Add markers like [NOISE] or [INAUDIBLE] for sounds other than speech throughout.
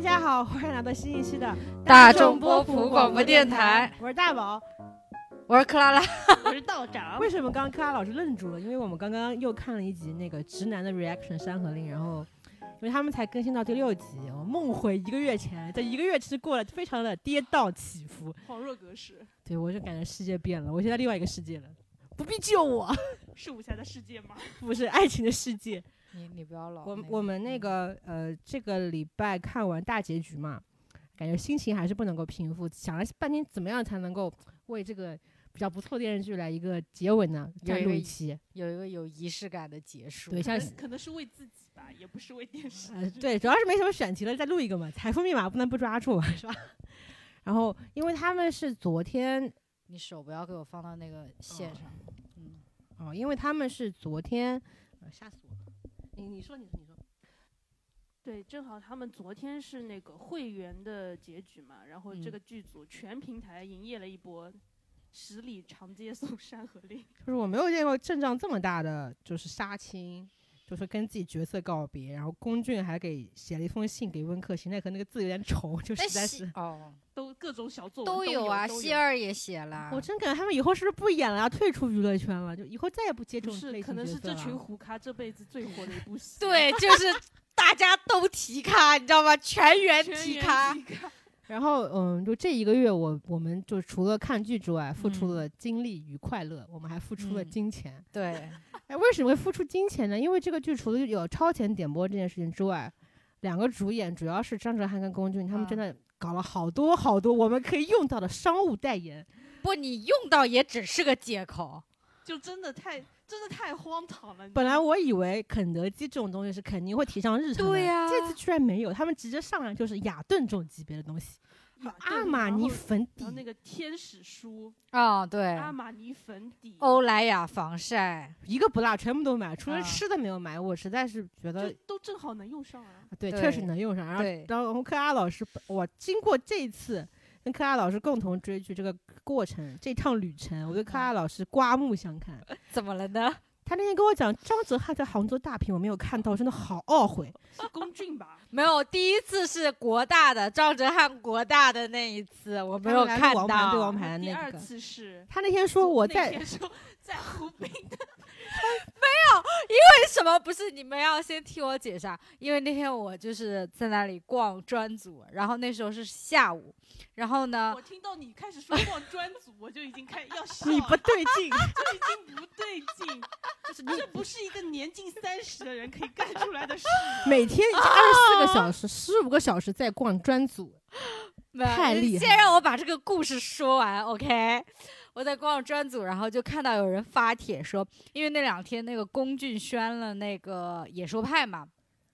家好，欢迎来到新一期的大众波普广播电台，我是大宝，我是克拉拉，我是道长。为什么刚刚克拉老师愣住了？因为我们刚刚又看了一集那个直男的 reaction《山河令》，然后因为他们才更新到第六集，我梦回一个月前，这一个月其实过得非常的跌宕起伏，恍若隔世。对我就感觉世界变了，我现在另外一个世界了，不必救我， [LAUGHS] 是武侠的世界吗？不是爱情的世界。你你不要老我那个嗯我们那个呃，这个礼拜看完大结局嘛，感觉心情还是不能够平复，想了半天怎么样才能够为这个比较不错的电视剧来一个结尾呢？有再一录个一仪期，有一个有仪式感的结束。对，像可能是为自己吧，也不是为电 [LAUGHS] 视。呃对，主要是没什么选题了，再录一个嘛，财富密码不能不抓住嘛，是吧？ [LAUGHS] 然后因为他们是昨天你手不要给我放到那个线上。嗯， [LAUGHS] 哦，因为他们是昨天，呃吓死我了！你你说你说你说，对，正好他们昨天是那个会员的结局嘛，然后这嗯个剧组全平台营业了一波，十里长街送《山河令》。就是我没有见过阵仗这么大的，就是杀青，就是跟自己角色告别，然后宫俊还给写了一封信给温客行，奈何那个字有点丑，就实在是。哦都各种小作文都有啊，都希儿也写了。啊我真感觉他们以后是不是不演了，要退出娱乐圈了？就以后再也不接这不种是类，可型能角是这色啊群了胡咖这辈子最火的一部 [LAUGHS] 戏。对，就是大家都提咖，你知道吗？全员全员提提咖咖。。然后，嗯，就这一个月我，我们就除了看剧之外，付出嗯了精力与快乐，我们还付出了嗯金钱。对，哎，为什么会付出金钱呢？因为这个剧除了有超前点播这件事情之外，两个主演主要是张哲瀚跟龚俊，他嗯们真的搞了好多好多我们可以用到的商务代言。不，你用到也只是个借口。就真的太真的太荒唐了。你本知来道吗我以为肯德基这种东西是肯定会提上日程的，对呀这次居然没有，他们直接上来就是雅顿这种级别的东西，马阿顿玛啊然尼后粉底然后，那个天使书、啊，对，阿玛尼粉底，欧莱雅防晒，一个不落，全部都买，除了啊吃的没有买。我实在是觉就得。都正好能用上啊。对，对确实能用上。然后对，然后我们克拉老师，我经过这一次跟克拉老师共同追剧这个过程，这趟旅程，我对克嗯拉老师刮目相看。怎么了呢？他那天跟我讲张哲瀚在杭州大屏，我没有看到，我真的好懊悔。是龚俊吧？ [LAUGHS] 没有，第一次是国大的张哲瀚国大的那一次，我没有他们来看录王牌对王到。牌的第那二个。次是他那天 [LAUGHS] 说我那在天说 [LAUGHS] 在湖滨的，为什么不是？你们要先替我解释啊，因为那天我就是在那里逛专组，然后那时候是下午，然后啊呢，我听到你开 [LAUGHS] 始说逛专组，我就已经开要笑了，你不对 [LAUGHS] 劲，这已经不对 [LAUGHS] 劲，这不是一个年近三十的人可以干出来的事。每天二十四个小时、十五个小时在逛专组，没有太厉害先让我把这个故事说完，OK？我在逛专组，然后就看到有人发帖说，因为那两天那个龚俊宣了那个野兽派嘛，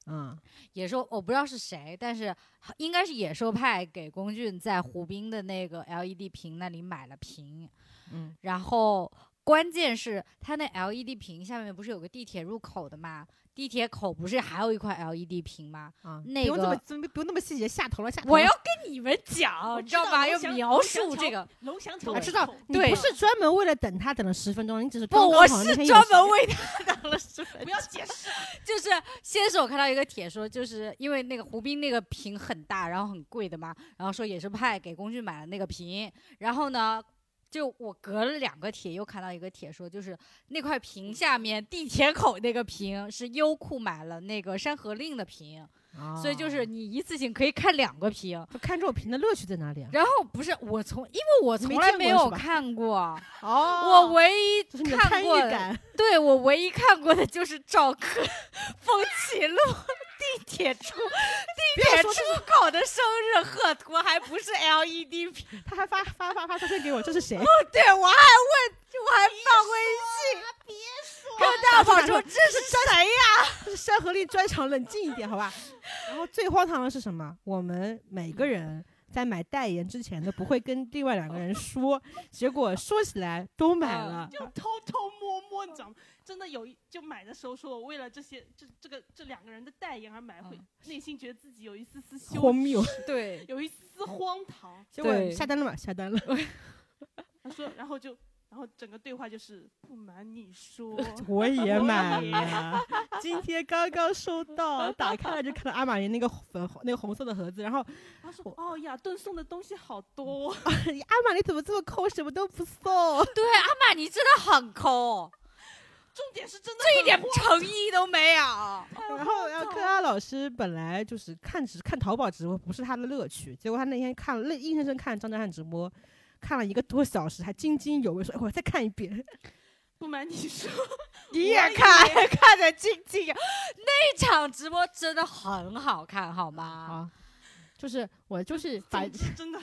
嗯，野兽我不知道是谁，但是应该是野兽派给龚俊在湖滨的那个 LED 屏那里买了屏，嗯，然后关键是它那 LED 屏下面不是有个地铁入口的吗？地铁口不是还有一块 LED 屏吗？啊，那不用这么个这么不用那么细节，下头了下头了。我要跟你们讲，我你知知道道吧？我要想描我想述瞧这个，龙翔桥我知道口你对不是专门为了等他等了十分钟，你只是不，刚刚我好是那天有专时间门为他当了师傅。不要解释，就是先是我看到一个帖说，就是因为那个湖滨那个屏很大，然后很贵的嘛，然后说也是派给龚俊买了那个屏，然后呢。就我隔了两个帖，又看到一个帖说，就是那块屏下面地铁口那个屏是优酷买了那个《山河令》的屏，所以就是你一次性可以看两个屏。就看这种屏的乐趣在哪里啊？然后不是我从，因为我从来没见过没是有吧看过，哦我唯一就是你的看参过与的感，对我唯一看过的就是赵柯风起路地铁出地铁出口的生日贺图，还不是 LED 屏。他还发发发发照片给我，这是谁？ [LAUGHS] 对我还问，我还放微信，别说，跟大宝说这是谁呀、这是山河令专场，冷静一点，好吧？然后最荒唐的是什么？我们每个人在买代言之前都不会跟另外两个哦人说，结果说起来都买了。就偷偷摸摸，你知道吗？真的有一就买的时候说，我为了这些这这个这两个人的代言而买，会内心觉得自己有一丝丝羞嗯荒谬，对，有一丝丝荒唐。结果对下单了嘛？下单了，他说，[LAUGHS] 然后就，然后整个对话就是不瞒你说，我也买买了，今天刚刚收到，打开了就看到阿玛尼那个粉红那个红色的盒子，然后 [LAUGHS] 他说我：“哦，亚顿送的东西好多。嗯哎阿玛尼怎么这么抠，什么都不送？对，阿玛尼真的很 [LAUGHS] 抠，重点是真的一点诚意都没有。 [LAUGHS] 然后，然后克啊拉老师本来就是看直看淘宝直播不是他的乐趣，结果他那天看了硬生生看张哲瀚直播，看了一个多小时，还津津有味，说：“哎，我再看一遍。不瞒你 [LAUGHS] 说，你也看，看得津津有。那场直播真的很好看， [LAUGHS] 好吗？啊，就是我 [LAUGHS] 就是把总之真的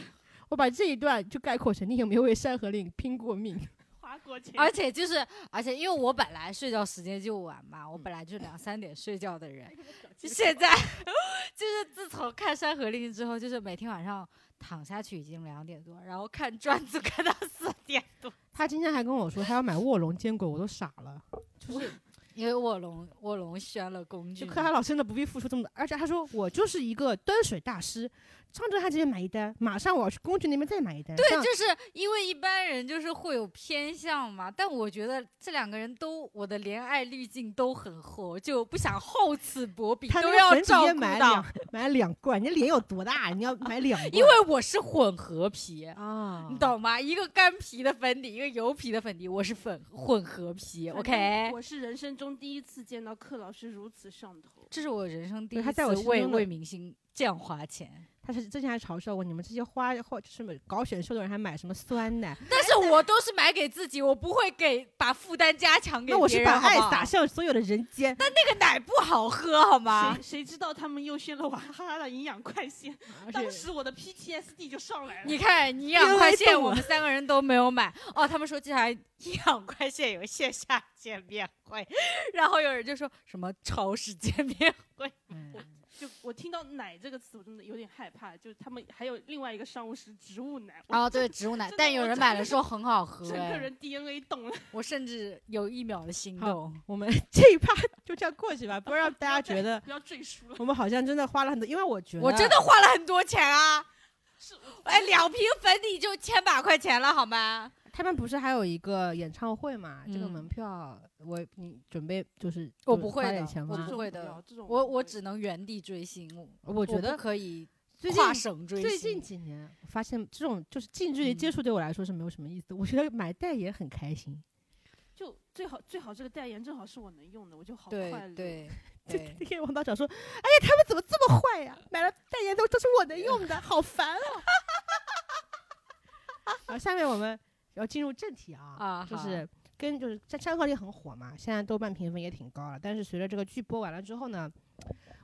我把这一段就概括成你有没有为《山河令》拼过 [LAUGHS] 命？花过钱。而且就是，而且因为我本来睡觉时间就晚嘛，我本来就两三点睡觉的人，就现在 [LAUGHS] 就是自从看《山河令》之后，就是每天晚上躺下去已经两点多，然后看转子看到四点多，他今天还跟我说他要买卧龙坚果，我都傻了。就是因为卧龙卧龙宣了工具就嘛，克拉老师真的不必付出这么多，而且他说我就是一个端水大师，张哲瀚这边买一单，马上我要去工具那边再买一单。对，这样就是因为一般人就是会有偏向嘛，但我觉得这两个人都我的恋爱滤镜都很厚，就不想厚此薄彼，他那都个要粉底照液顾买到啊两。买两罐，你脸有多大？你要买两罐？因为我是混合皮，啊，你懂吗？一个干皮的粉底，一个油皮的粉底，我是粉混合皮哎反正，OK。我是人生中第一次见到克老师如此上头。这是我人生第一他在我次心为中的哎为明星这样花钱，他是之前还嘲笑我，你们这些花或就是搞选秀的人还买什么酸奶？ [LAUGHS] 但是我都是买给自己，我不会给把负担加强给那我别是人把好爱不好撒向所有的人间。那个奶不好喝好吗谁？谁知道他们又宣了娃哈哈的营养快线，而且当时我的 PTSD 就上来了。啊你看，营养快线我们三个人都没有买哦。他们说接下来营养快线有线下见面会，然后有人就说什么超市见面会，嗯就我听到“奶”这个词，我真的有点害怕。就是他们还有另外一个商务是植物奶，我哦，对，植物奶真，的但有人买了说很好喝整，个哎人 DNA 动了。我甚至有一秒的心动。我们 [LAUGHS] 这一趴就这样过去吧，不让大家觉 [LAUGHS] 得不要赘述了，我们好像真的花了很多，因为我觉得我真的花了很多钱啊！是哎，两瓶粉底就千把块钱了，好吗？他们不是还有一个演唱会嘛？这个嗯门票我你准备就是我就不会花的点钱我吗不？会的这种不要，这种我不我会只能原地追星，我我觉不得可以最近跨省追星。最近几年，我发现这种就是近距离接嗯触对我来说是没有什么意思。我觉得买代言很开心，就最好最好这个代言正好是我能用的，我就好对快乐。对就对，那天王道长说：“哎呀，他们怎么这么坏呀、买了代言都都是我能用的，好烦啊！” [LAUGHS] 然后下面我们要进入正题啊，啊就好是跟就是在山河里很火嘛，现在豆瓣评分也挺高了。但是随着这个剧播完了之后呢，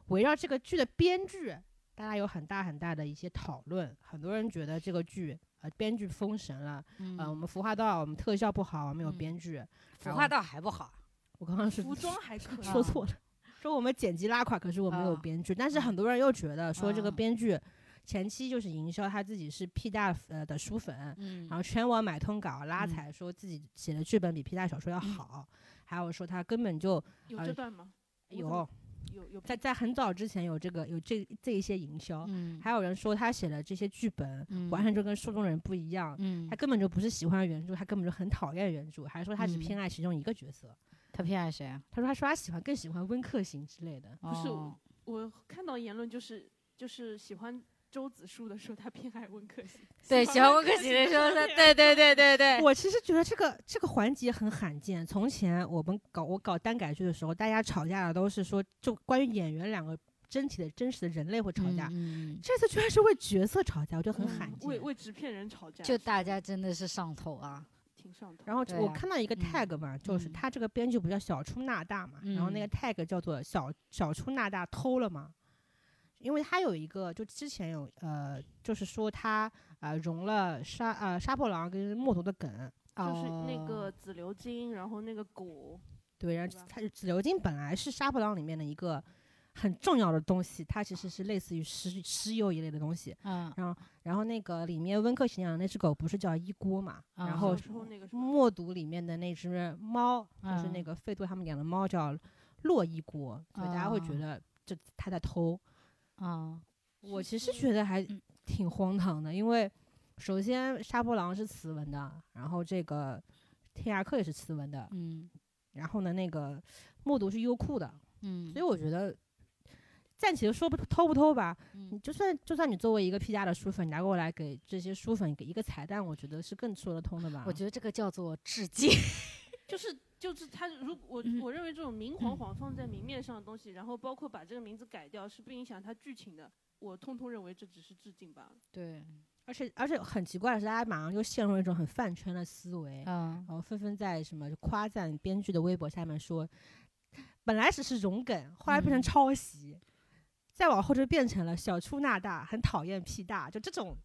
围绕这个剧的编剧，大家有很大很大的一些讨论。很多人觉得这个剧呃编剧封神了，嗯呃我们服化道我们特效不好，我们有嗯编剧。服化道还不好。我刚刚是服装还可 [LAUGHS] 以，说错了， [LAUGHS] 说我们剪辑拉垮，可是我没有啊编剧。但是很多人又觉得说这个啊编剧前期就是营销他自己是 P 大呃的书粉，嗯然后全网买通稿拉嗯踩，说自己写的剧本比 P 大小说要好，还有说他根本就有哎这段吗？我怎有么有有在在很早之前有这个有这这一些营销，嗯，还有人说他写的这些剧本嗯完全就跟书中人不一样。嗯他，根本就不是喜欢原著，他根本就很讨厌原著，还是说他只嗯偏爱其中一个角色？他偏爱谁啊？他说他说他喜欢更喜欢温客行之类的。不是哦、我看到言论就是就是喜欢周子舒的说他偏爱温客行，对喜欢温客行的时候，他对对对对对，我其实觉得这个这个环节很罕见。从前我们搞我搞单改剧的时候，大家吵架的都是说就关于演员两个真体的真实的人类会吵架，嗯嗯这次居然是为角色吵架，我觉得很嗯罕见。为为纸片人吵架，嗯就大家真的是上头啊，挺上头。然后对我啊看到一个嗯 tag 嘛，就是嗯他这个编剧不叫小出纳大嘛，然后那嗯个 tag 叫做小小出纳大偷了吗？因为他有一个，就之前有呃，就是说他呃融了杀呃杀破狼跟默读的梗，就是那哦个紫流金，然后那个果，对，然后对吧它紫流金本来是杀破狼里面的一个很重要的东西，它其实是类似于石石油一类的东西。嗯然后那个里面温客行养的那只狗不是叫一锅嘛，啊然小后时候那个什么，默读里面的那只猫，就是那嗯个费多他们养的猫叫洛伊锅，所以大家会觉啊得这他在偷。嗯我是其实偷觉得还嗯挺荒唐的，因为首先杀破狼是词文的，然后这个天涯客也是词文的，嗯然后呢那个默读是优酷的。嗯，所以我觉得，暂且说不偷不偷吧，你嗯就算就算你作为一个 P 加的书粉拿过来给这些书粉给一个彩蛋，我觉得是更说得通的吧。我觉得这个叫做致敬。就是就是他，如我嗯我认为这种明晃晃放在明面上的东西，然后包括把这个名字改掉，是不影响它剧情的。我通通认为这只是致敬吧。对，而且而且很奇怪的是，大家马上就陷入一种很饭圈的思维，嗯，然后纷纷在什么夸赞编剧的微博下面说，本来只是融梗，后来变成嗯抄袭，再往后就变成了小出纳大，很讨厌屁大，就这种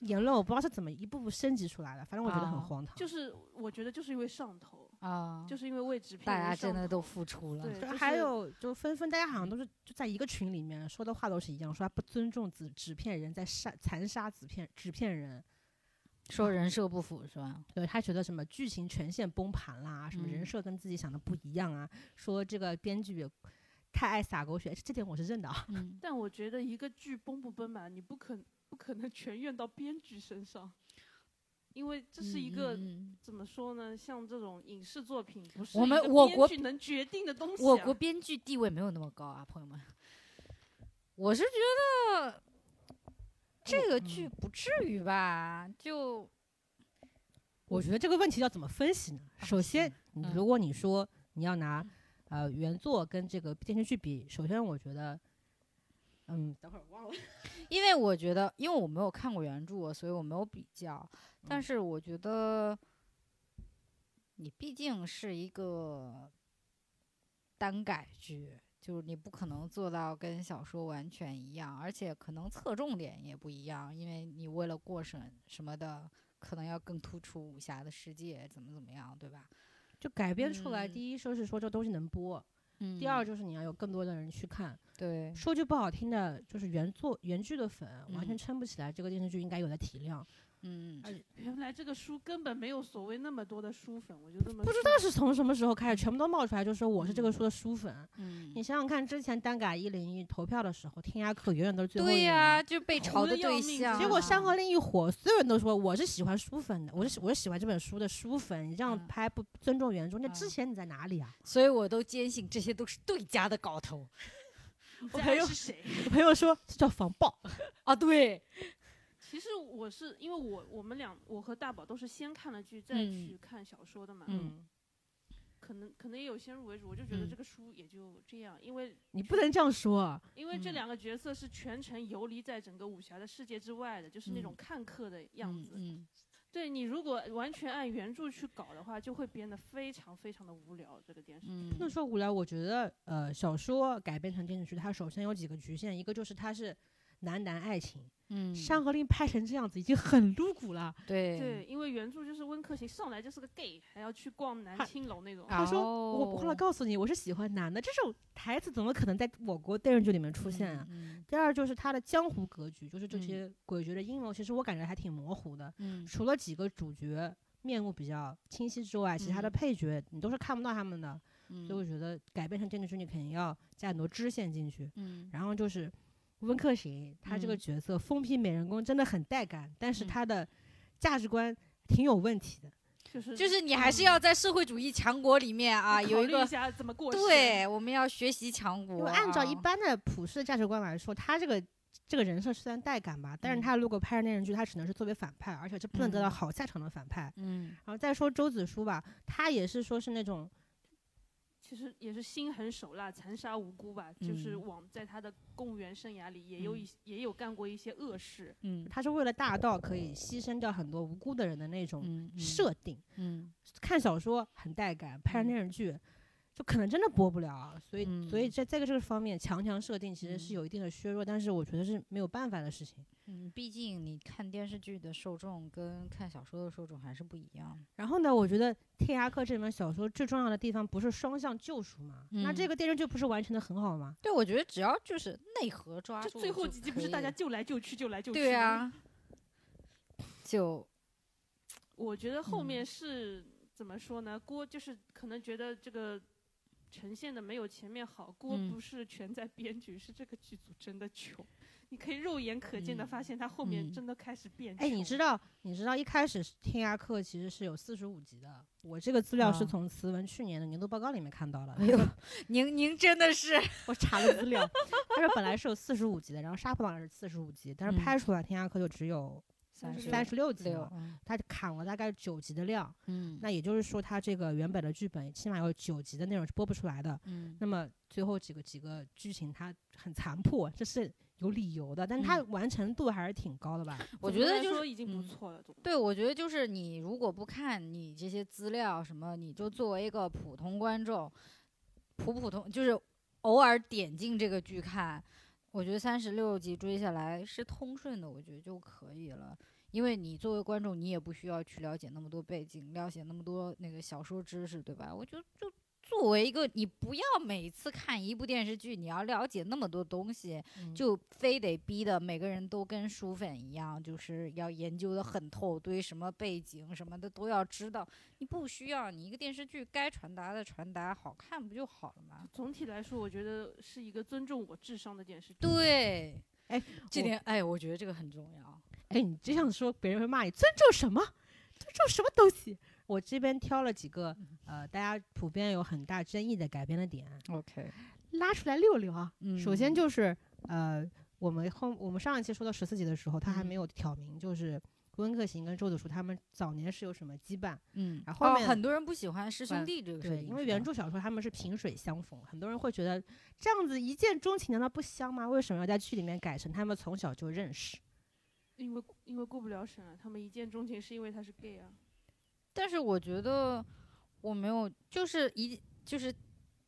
言论，我不知道是怎么一步步升级出来的，反正我觉得很啊荒唐。就是我觉得就是因为上头，啊，就是因为为纸片大而家上真的头都付出了。对就就还是有就纷纷，大家好像都是就在一个群里面说的话都是一样，说他不尊重纸纸片人，在杀残杀纸片纸片人，说人设不符是吧？对他觉得什么剧情全线崩盘啦，什么人嗯设跟自己想的不一样啊，说这个编剧太爱撒狗血，这点我是认的啊。嗯，但我觉得一个剧崩不崩嘛，你不可不可能 [LAUGHS] 全怨到编剧身上，因为这是一个、嗯嗯怎么说呢？像这种影视作品，不是我一们个我编国剧能决定的东西、啊。我国编剧地位没有那么高啊，朋友们。我是觉得这个剧不至于吧，就我觉得这个问题要怎么分析呢？首先，你嗯如果你说你要拿呃原作跟这个电视剧比，首先我觉得，嗯，等会儿忘了。因为我觉得，因为我没有看过原著，所以我没有比较。嗯但是我觉得，你毕竟是一个单改剧，就是你不可能做到跟小说完全一样，而且可能侧重点也不一样，因为你为了过审什么的，可能要更突出武侠的世界，怎么怎么样，对吧？就改编出来，嗯第一说是说这东西能播，嗯第二就是你要有更多的人去看。对，说句不好听的，就是原作原剧的粉完全嗯撑不起来这个电视剧应该有的体量。嗯，原来这个书根本没有所谓那么多的书粉，我就这么不知说道是从什么时候开始，全部都冒出来，就说我是这个嗯书的书粉。嗯你想想看，之前单改一零一投票的时候，天涯客永远都是最后一对名。呀、就被糊嘲得的要对命象啊、结果《山河令》一火，所有人都说我是喜欢书粉的，我是喜我是喜欢这本书的书粉。你这样嗯拍不尊重原著，那嗯之前你在哪里啊？ [LAUGHS] 所以我都坚信这些都是对家的搞头你我在朋暗友示谁。我朋友说这叫防爆，啊！对，其实我是因为我我们俩，我和大宝都是先看了剧，再嗯去看小说的嘛。嗯，可能可能也有先入为主，我就觉得嗯这个书也就这样，因为你不能这样说。啊因为这嗯两个角色是全程游离在整个武侠的世界之外的，就是那种嗯看客的样子。嗯对你如果完全按原著去搞的话，就会变得非常非常的无聊。这个电视剧，嗯不能说无聊，我觉得呃，小说改编成电视剧，它首先有几个局限，一个就是它是男男爱情，嗯山河令》拍成这样子已经很露骨了。对对，因为原著就是温客行上来就是个 gay，还要去逛南还青楼那种。他说、我哦忘了告诉你，我是喜欢男的，这种台词怎么可能在我国电视剧里面出现啊？嗯第二就是它的江湖格局，就是这嗯些诡谲的阴谋，其实我感觉还挺模糊的，嗯除了几个主角。面目比较清晰之外，其他的嗯配角你都是看不到他们的，嗯所以我觉得改编成电视剧，你肯定要加很多支线进去。嗯然后就是温客行，他这个嗯角色疯批美人公真的很带感，但是嗯他的价值观挺有问题的。就是嗯就是你还是要在社会主义强国里面啊，考有一虑个下怎么过审。对，我们要学习强因国为啊。按照一般的普世的价值观来说，他这个这个人设虽然带感吧，但是嗯他如果拍成电视剧，他只能是作为反派，而且这不能得到嗯好下场的反派。嗯然后再说周子舒吧，他也是说是那种其实也是心狠手辣，残杀无辜吧。就是嗯往在他的公务员生涯里也有一、也有干过一些恶事。嗯他是为了大道可以牺牲掉很多无辜的人的那种嗯设定。嗯看小说很带感，拍成嗯电视剧、就可能真的播不了啊，所以、所以嗯在在这个方面强强设定其实是嗯有一定的削弱，但是我觉得是没有办法的事情。嗯，毕竟你看电视剧的受众跟看小说的受众还是不一样。然后呢，我觉得《天涯客》这本小说最重要的地方不是双向救赎吗？那这嗯个电视剧不是完成的很好吗？对，我觉得只要就是内核抓就住，最后几集不是大家就来就去，就来就去。对，啊，就我觉得后嗯面是、怎么说呢？郭就是可能觉得这个呈现的没有前面好，锅嗯不是全在编剧，是这个剧组真的穷。你可以肉眼可见的发现，他后面嗯真的开始变穷。哎，你知道，你知道一开始《天涯课》其实是有四十五集的，我这个资料是啊从词文去年的年度报告里面看到了。 [LAUGHS] 哎呦，您您真的是，我查了资料， [LAUGHS] 他说本来是有四十五集的，然后《杀破狼》是四十五集，但是嗯拍出来《天涯课》就只有三十三十十六集六了，，他砍了大概九集的量。嗯那也就是说，他这个原本的剧本起码有九集的内容是播不出来的。嗯那么最后几个几个剧情它很残破，这是有理由的，但嗯它完成度还是挺高的 [LAUGHS] 吧？我总觉的得来就说是已经不嗯错了，总的对，我觉得就是你如果不看你这些资料什么，你就作为一个普通观众，普普通就是偶尔点进这个剧看，我觉得三十六集追下来是通顺的，我觉得就可以了。因为你作为观众，你也不需要去了解那么多背景，了解那么多那个小说知识，对吧？我觉得就作为一个，你不要每一次看一部电视剧，你要了解那么多东西，嗯就非得逼的每个人都跟书粉一样，就是要研究的很透，对什么背景什么的都要知道。你不需要，你一个电视剧该传达的传达，好看不就好了吗？总体来说，我觉得是一个尊重我智商的电视剧。对，哎，这我点哎，我觉得这个很重要。哎，你就像说别人会骂你尊重什么，尊重什么东西？我这边挑了几个呃，大家普遍有很大争议的改编的点，啊 OK，拉出来溜溜啊。嗯，首先就是呃，我们后我们上一期说到十四集的时候，他还没有挑明，就是温客行跟周子舒他们早年是有什么羁绊。嗯，然后后哦面很多人不喜欢师兄嗯弟这个设对，定因为是原吧著小说他们是萍水相逢，很多人会觉得这样子一见钟情难道不香吗？为什么要在剧里面改成他们从小就认识？因为因为过不了审啊，他们一见钟情是因为他是 gay 啊。但是我觉得我没有，就是一就是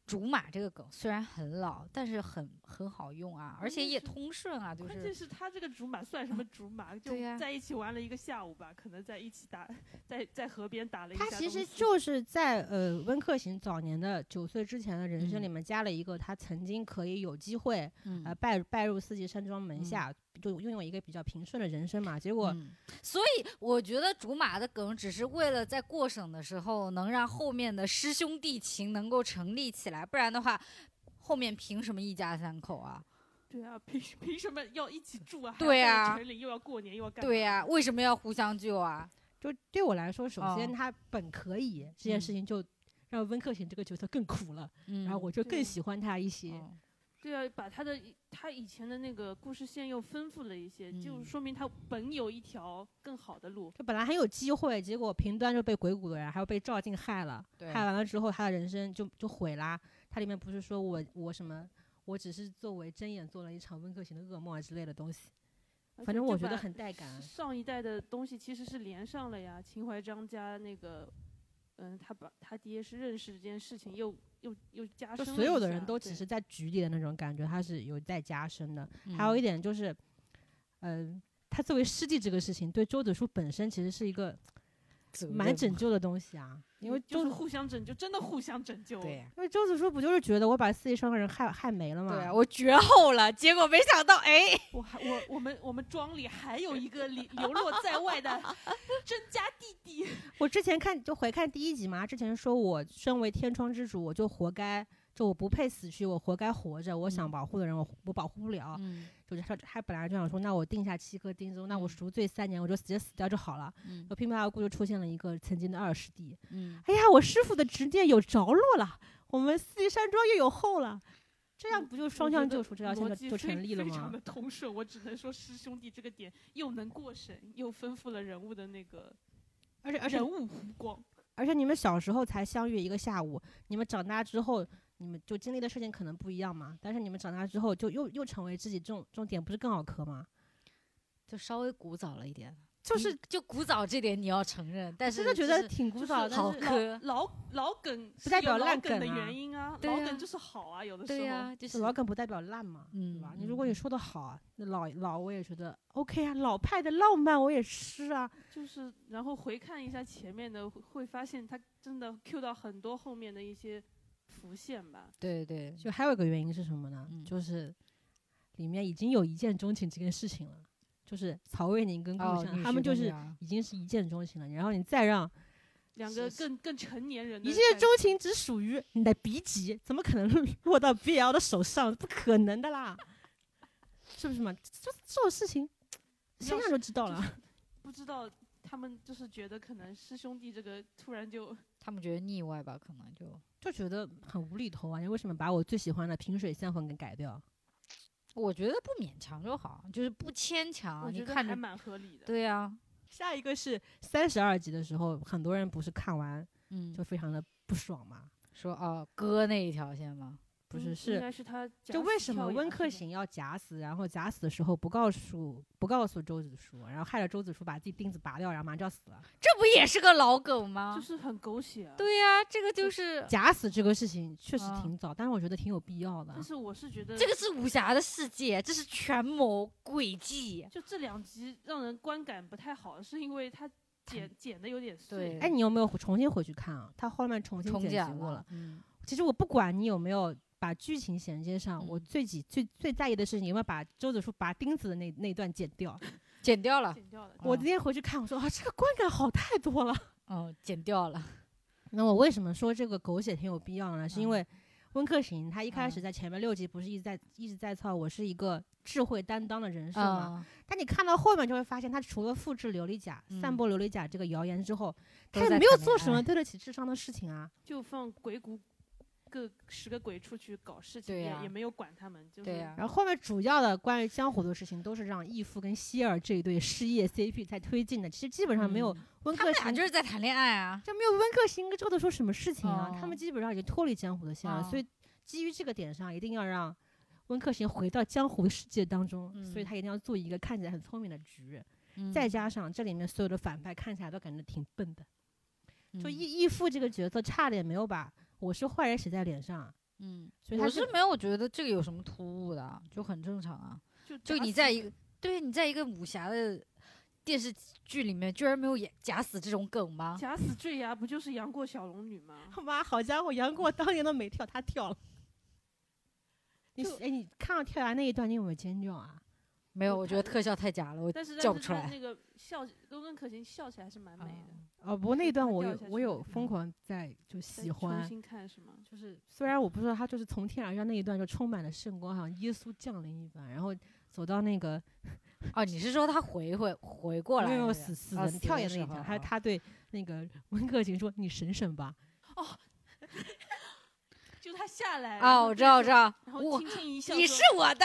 竹马这个梗虽然很老，但是很很好用啊，而关且键也是通顺啊，就关是键是他这个竹马算什么竹马？就对呀在一起玩了一个下午吧，可能在一起打，在在河边打了一下他东西。其实就是在呃温客行早年的九岁之前的人生里嗯面加了一个他曾经可以有机会嗯呃拜拜入四季山庄门嗯下，就拥有一个比较平顺的人生嘛。结果嗯所以我觉得竹马的梗只是为了在过审的时候能让后面的师兄弟情能够成立起来，不然的话，后面凭什么一家三口啊？对啊，凭凭什么要一起住啊？还要对啊在城里又要过年又要干嘛？对呀、为什么要互相救啊？就对我来说，首先哦他本可以、这件事情就让温客行这个角色更苦了，嗯，然后我就对更喜欢他一些。哦对啊，把他的他以前的那个故事线又丰富了一些，就嗯说明他本有一条更好的路。就本来很有机会，结果平端就被鬼谷的人还有被赵静害了，对害完了之后他的人生就就毁啦。他里面不是说我我什么，我只是作为睁眼做了一场温客行的噩梦啊之类的东西，而反且正我啊就觉得把很带感。上一代的东西其实是连上了呀，秦淮章加那个，嗯，他把他爹是认识这件事情又又又加啊就深了一下。所有的人都只啊对是在局里的那种感觉，他是有在加深的。嗯还有一点就是，嗯、他作为师弟这个事情，对周子舒本身其实是一个责蛮任拯救的东西啊，因为就周是互相拯救，真的互相拯救。对呀、因为周子舒不就是觉得我把四季山庄人害害没了吗？对啊，我绝后了，结果没想到，哎，我还我我们我们庄里还有一个流流落在外的甄家弟弟，我之前看就回看第一集嘛，之前说我身为天窗之主，我就活该，就我不配死去，我活该活着。我想嗯保护的人，我我保护不了。嗯就是他他本来就想说，那我定下七颗钉子，那我嗯赎罪三年，我就直接死掉就好了。嗯就乒乓而故就出现了一个曾经的二师弟，嗯，哎呀，我师傅的执念有着落了，我们四季山庄又有后了。这嗯样不就双向救赎这条线逻就辑就非成立了非常吗的？通顺，我只能说师兄弟这个点又能过审，又丰富了人物的那个而且而且人物弧光。而且你们小时候才相遇一个下午，你们长大之后，你们就经历的事情可能不一样嘛。但是你们长大之后，就又又成为自己这种这种点，不是更好磕吗？就稍微古早了一点，就是你嗯就古早这点你要承认，但是真的觉就是得挺古就是早，但好是磕老老老梗是代表有老烂梗的梗啊原因啊，对老呀梗就是好啊，有的时候。对呀、就是老梗不代表烂嘛，对吧？嗯你如果你说的好，啊那老老我也觉得 OK 啊，老派的浪漫我也是啊。就是，然后回看一下前面的，会会发现他真的 Q 到很多后面的一些浮现吧。对对，就还有一个原因是什么呢？嗯就是里面已经有一见钟情这件事情了，就是曹魏宁跟顾哦湘、女他们婿就跟是女儿已经是一见钟情了，然后你再让两个是是更更成年人的一感切觉。钟情只属于你的鼻级，怎么可能落到 BL 的手上？不可能的啦，是不是嘛？就这种事情，想要想是就知道了。不知道他们就是觉得可能师兄弟这个突然就他们觉得腻歪吧，可能就就觉得很无厘头啊！你为什么把我最喜欢的萍水相逢给改掉？我觉得不勉强就好，就是不牵啊强，我你觉得看还着蛮合理的。对呀、下一个是三十二集的时候，很多人不是看完嗯，就非常的不爽嘛？说哦，割那一条线吗？不嗯是，应是该是他就为什么温客行？行要假死，然后假死的时候不告诉不告诉周子舒，然后害了周子舒把自己钉子拔掉，然后马上就要死了。这不也是个老梗吗？就是很狗血啊。对呀、这个就是假死这个事情确实啊挺早，但是我觉得挺有必要的啊但。是我是觉得这个是武侠的世界，这是权谋诡计。就这两集让人观感不太好，是因为它剪剪的有点碎对。哎，你有没有重新回去看啊？他后面重新重剪讲辑过了。，嗯，其实我不管你有没有把剧情衔接上，我嗯最几最最在意的是你有没有把周子舒拔钉子的那那段剪掉。剪掉了，剪掉了，我嗯今天回去看，我说啊，这个观感好太多了。哦，剪掉了，那我为什么说这个狗血挺有必要呢？是嗯因为温客行他一开始嗯在前面六集不是一直在一直在操我是一个智慧担当的人设嘛？嗯，但你看到后面就会发现，他除了复制琉璃甲、散嗯播琉璃甲这个谣言之后，都他也在没有谈恋做什爱么对得起智商的事情啊。就放鬼谷各十个鬼出去搞事情，对也呀也没有管他们，就是对啊呀然后后面主要的关于江湖的事情，都是让义父跟希尔这一对失业 CP 在推进的。其实基本上没有嗯温他客们俩行就是在谈恋爱啊。就没有温客行跟周德说什么事情啊，他哦们基本上已经脱离江湖的线了，哦所以基于这个点上，一定要让温客行回到江湖世界当中，所以嗯他一定要做一个看起来很聪明的局，嗯再加上这里面所有的反派看起来都感觉挺笨的，就嗯义义父这个角色差点没有把我是坏人写在脸上啊，嗯，所以他我是是没有觉得这个有什么突兀的啊，就很正常啊。就就打你死在一个对你在一个武侠的电视剧里面，居然没有演假死这种梗吗？假死坠崖，不就是杨过小龙女吗？他妈好家伙，杨过当年都没跳，他 [LAUGHS] 跳了。你就是哎，你看到跳崖那一段，你有没有尖叫啊？没有，我我觉得特效太假了，我但是叫但不是出他来。啊那个笑跟温可行笑起来是蛮美的。哦，不过那一段我掉有下我去有了疯嗯狂在就再喜欢重，新看是吗？就是虽然我不知道他就是从天而降那一段就充满了圣光，好像耶稣降临一般，然后走到那个哦，你是说他回回回过来没是吧？有死死啊人跳跃那一时候段，还有啊他对那个温客行说：“你省省吧。就他下来然啊，后我知对道，我着知道，然我后轻轻一笑说，你是我的，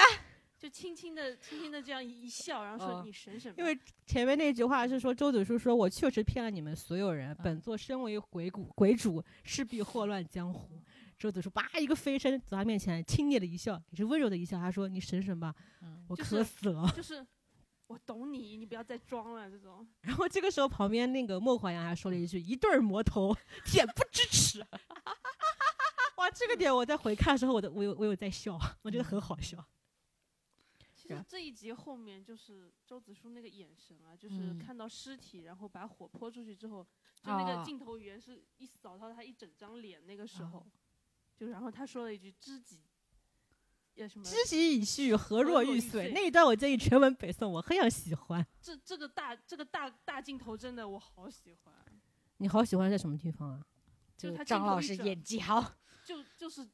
就轻轻的、轻轻的这样一笑，然后说嗯你省省吧。因为前面那句话是说周子舒说：“我确实骗了你们所有人，本嗯座身为鬼谷鬼主，势必祸乱江湖。”周子舒叭一个飞身走到他面前，轻蔑的一笑，也是温柔的一笑，他说：“你省省吧，嗯我就是渴死了。 [LAUGHS] 就是我懂你，你不要再装了这种。然后这个时候，旁边那个莫怀阳还说了一句：“一对儿魔头，恬不知耻。” [LAUGHS] 哇，这个点我在回看的时候，我的我有我有在笑，我觉得很好笑。其是实啊这一集后面就是周子舒那个眼神啊，就是嗯看到尸体，然后把火泼出去之后，就那啊个镜头语言是一扫到他一整张脸那个哦时候，就然后他说了一句知己，也什么知己已去，何若若欲欲睡睡。那一段我建议全文北宋，我很想喜欢。这这个大这个大大镜头真的我好喜欢，你好喜欢在什么地方啊？就这他个镜张头老一师转演技好，就就是。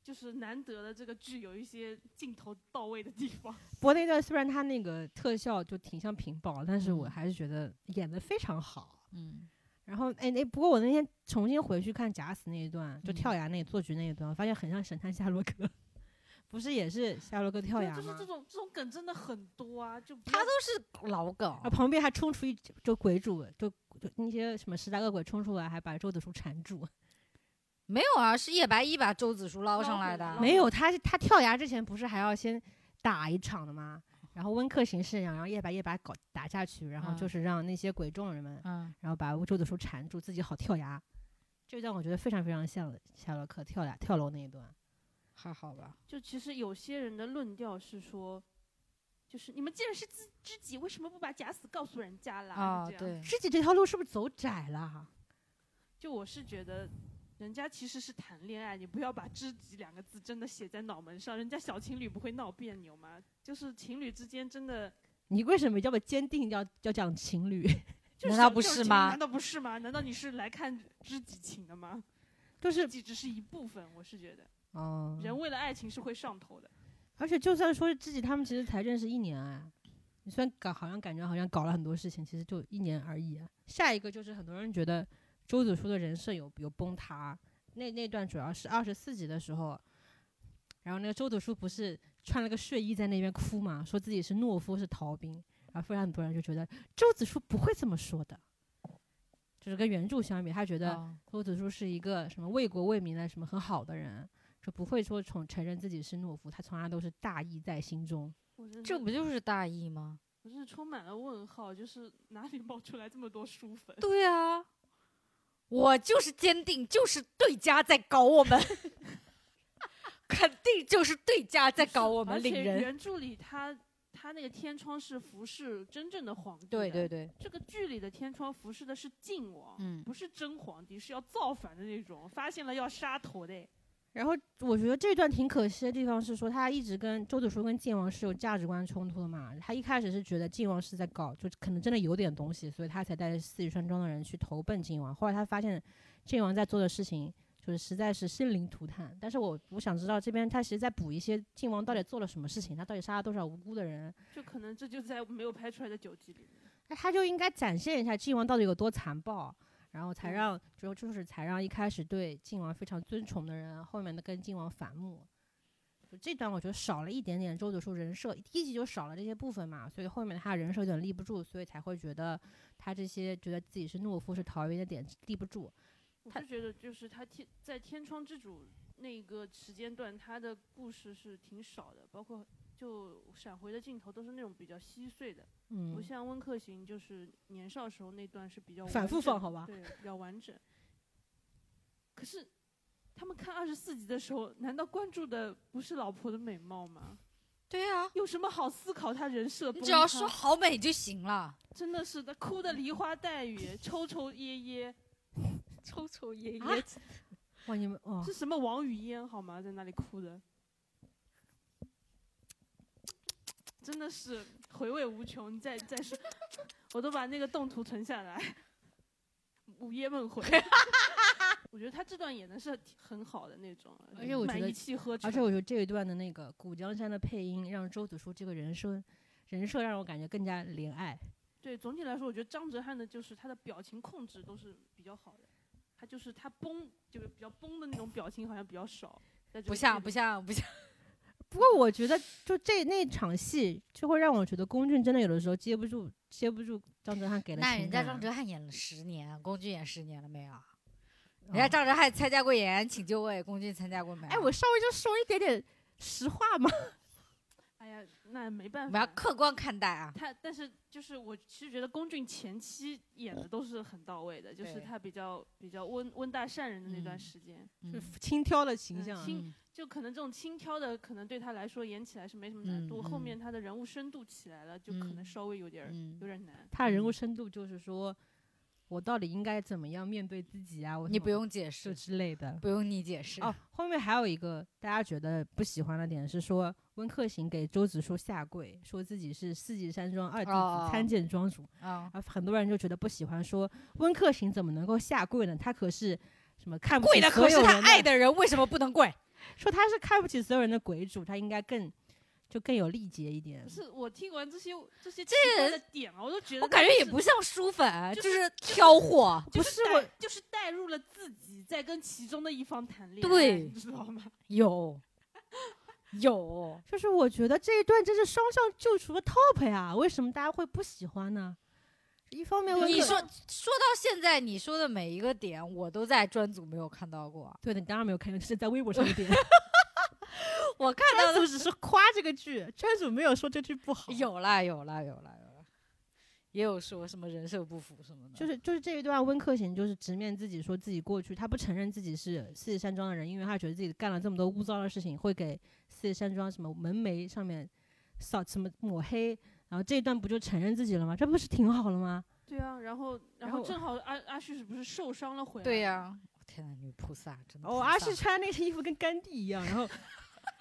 就是难得的这个剧有一些镜头到位的地方，不过那段虽然它那个特效就挺像屏保，但是我嗯还是觉得演得非常好。嗯，然后哎哎，不过我那天重新回去看假死那一段，就嗯跳崖那做局那一段，我发现很像神探夏洛克， [LAUGHS] 不是也是夏洛克跳对崖吗？就是这种这种梗真的很多啊，就不他要都是老梗啊，，旁边还冲出一就鬼主，就就那些什么十大恶鬼冲出来，还把周子舒缠住。没有啊，是叶白衣把周子舒捞捞上回来来的啊了，没有，他是他跳崖之前不是还要先打一场的吗？然后温客行是想让叶白夜把搞打下去，然后就嗯是让那些鬼众人们，嗯，然后把周子舒缠住，自己好跳崖。这段我觉得非常非常像夏洛克跳崖跳楼那一段。还好吧，就其实有些人的论调是说，就是你们既然是知知己，为什么不把假死告诉人家啦？啊，就这样，对，知己这条路是不是走窄了？就我是觉得，人家其实是谈恋爱，你不要把知己两个字真的写在脑门上，人家小情侣不会闹别扭吗？就是情侣之间真的，你为什么这么坚定要要讲情侣？ [LAUGHS] 就难道小不就是情吗难道不是吗？难道你是来看知己情的吗？就是知己只是一部分，我是觉得嗯，人为了爱情是会上头的。而且就算说自己，他们其实才认识一年啊。你虽然搞好像感觉好像搞了很多事情，其实就一年而已啊。下一个就是很多人觉得周子舒的人设有有崩塌，啊那那段主要是二十四集的时候，然后那个周子舒不是穿了个睡衣在那边哭嘛，说自己是懦夫是逃兵，然后非常很多人就觉得周子舒不会这么说的，就是跟原著相比，他觉得哦周子舒是一个什么为国为民的什么很好的人，就不会说从承认自己是懦夫，他从来都是大义在心中。我真这的不就是大意吗？我是充满了问号，就是哪里冒出来这么多书粉？对啊，我就是坚定，就是对家在搞我们， [LAUGHS] 肯定就是对家在搞我而们且领人。原著里他他那个天窗是服侍真正的皇帝，对对，对，这个剧里的天窗服侍的是靖王，嗯不是真皇帝，是要造反的那种，发现了要杀头的。然后我觉得这段挺可惜的地方是说，他一直跟周子舒跟靖王是有价值观冲突的嘛。他一开始是觉得靖王是在搞，就可能真的有点东西，所以他才带着四羽山庄的人去投奔靖王。后来他发现靖王在做的事情就是实在是生灵涂炭。但是我我想知道这边他其实在补一些靖王到底做了什么事情，他到底杀了多少无辜的人，就可能这就在没有拍出来的九集里面。那他就应该展现一下靖王到底有多残暴，然后才嗯让就就是才让一开始对靖王非常尊崇的人，啊后面的跟靖王反目。就这段我觉得少了一点点周子舒人设，第一集就少了这些部分嘛，所以后面他人设有点立不住，所以才会觉得他这些觉得自己是懦夫是逃兵的点立不住。我他是觉得，就是他天在天窗之主那个时间段，他的故事是挺少的，包括就闪回的镜头都是那种比较稀碎的，不嗯，像温客行就是年少时候那段是比较反完复整放好吧对，比较完整。可是他们看二十四集的时候，难道关注的不是老婆的美貌吗？对啊，有什么好思考他人设崩你塌？只要说好美就行了。真的是的，哭的梨花带雨， [LAUGHS] 抽抽噎噎， [LAUGHS] 抽抽噎啊哇，你们哦，是什么王语嫣好吗？在那里哭的，真的是回味无穷。你再再说，我都把那个动图存下来。午夜梦回，我觉得他这段演的是挺很好的那种，而且我觉满得一气呵成。而且我觉得这一段的那个古江山的配音让周子舒这个人生人设让我感觉更加怜爱。对总体来说，我觉得张哲瀚的就是他的表情控制都是比较好的，他就是他崩就是比较崩的那种表情好像比较少。在这不个剧像里不像不像，不过我觉得，就这那场戏，就会让我觉得龚俊真的有的时候接不住，接不住张哲瀚给的那人情家感。啊张哲瀚演了十年，龚俊演十年了没有啊？嗯人家张哲瀚参加过《演员请就位》，龚俊参加过没有？哎，我稍微就说一点点实话嘛。哎呀，那没我办们要法。客观看待啊。他，但是就是我其实觉得龚俊前期演的都是很到位的，就是对他比较比较温温大善人的那段嗯时间，就嗯 [LAUGHS] 轻佻的形嗯象啊，轻嗯就可能这种轻佻的，可能对他来说演起来是没什么难嗯度。后嗯面他的人物深度起来了，就可能嗯稍微有点儿、嗯有点难。他的人物深度就是说，我到底应该怎么样面对自己啊？我你怎么不用解就释，之类的。不用你解释。哦，后面还有一个大家觉得不喜欢的点是说，温客行给周子舒下跪，说自己是四季山庄二弟哦子参见庄主。啊，啊，很多人就觉得不喜欢说温客行怎么能够下跪呢？他可是什么看不跪起的所可是有他人爱，的人，为什么不能跪？说他是看不起所有人的鬼主，他应该更就更有力节一点不。是我听完这些这些奇这怪的点啊，我都觉得我感觉也是不像书粉，啊就就是挑货。不就是是带我就是带入了自己在跟其中的一方谈恋爱，对你知道吗？ [LAUGHS] [LAUGHS] 有有，就是我觉得这一段真是双向救赎的 top 呀，为什么大家会不喜欢呢？一方面温你客说说到现在，你说的每一个点，我都在专组没有看到过。对的，你当然没有看，是在微博上面 [LAUGHS] 点，我看专主只是夸这个剧，专主没有说这剧不好。 [LAUGHS] 有啦有啦有啦有啦，也有说什么人设不符什么的，就是就是这一段，温客行就是直面自己，说自己过去，他不承认自己是四季山庄的人，因为他觉得自己干了这么多污糟的事情，会给四季山庄什么门楣上面扫什么抹黑，然后这一段不就承认自己了吗？这不是挺好了吗？对啊，然后然然后后正好阿阿旭是不是受伤了回来？对呀、天呐，女菩萨真的哦，菩阿萨旭穿那身衣服跟 [LAUGHS] 甘地一样，然后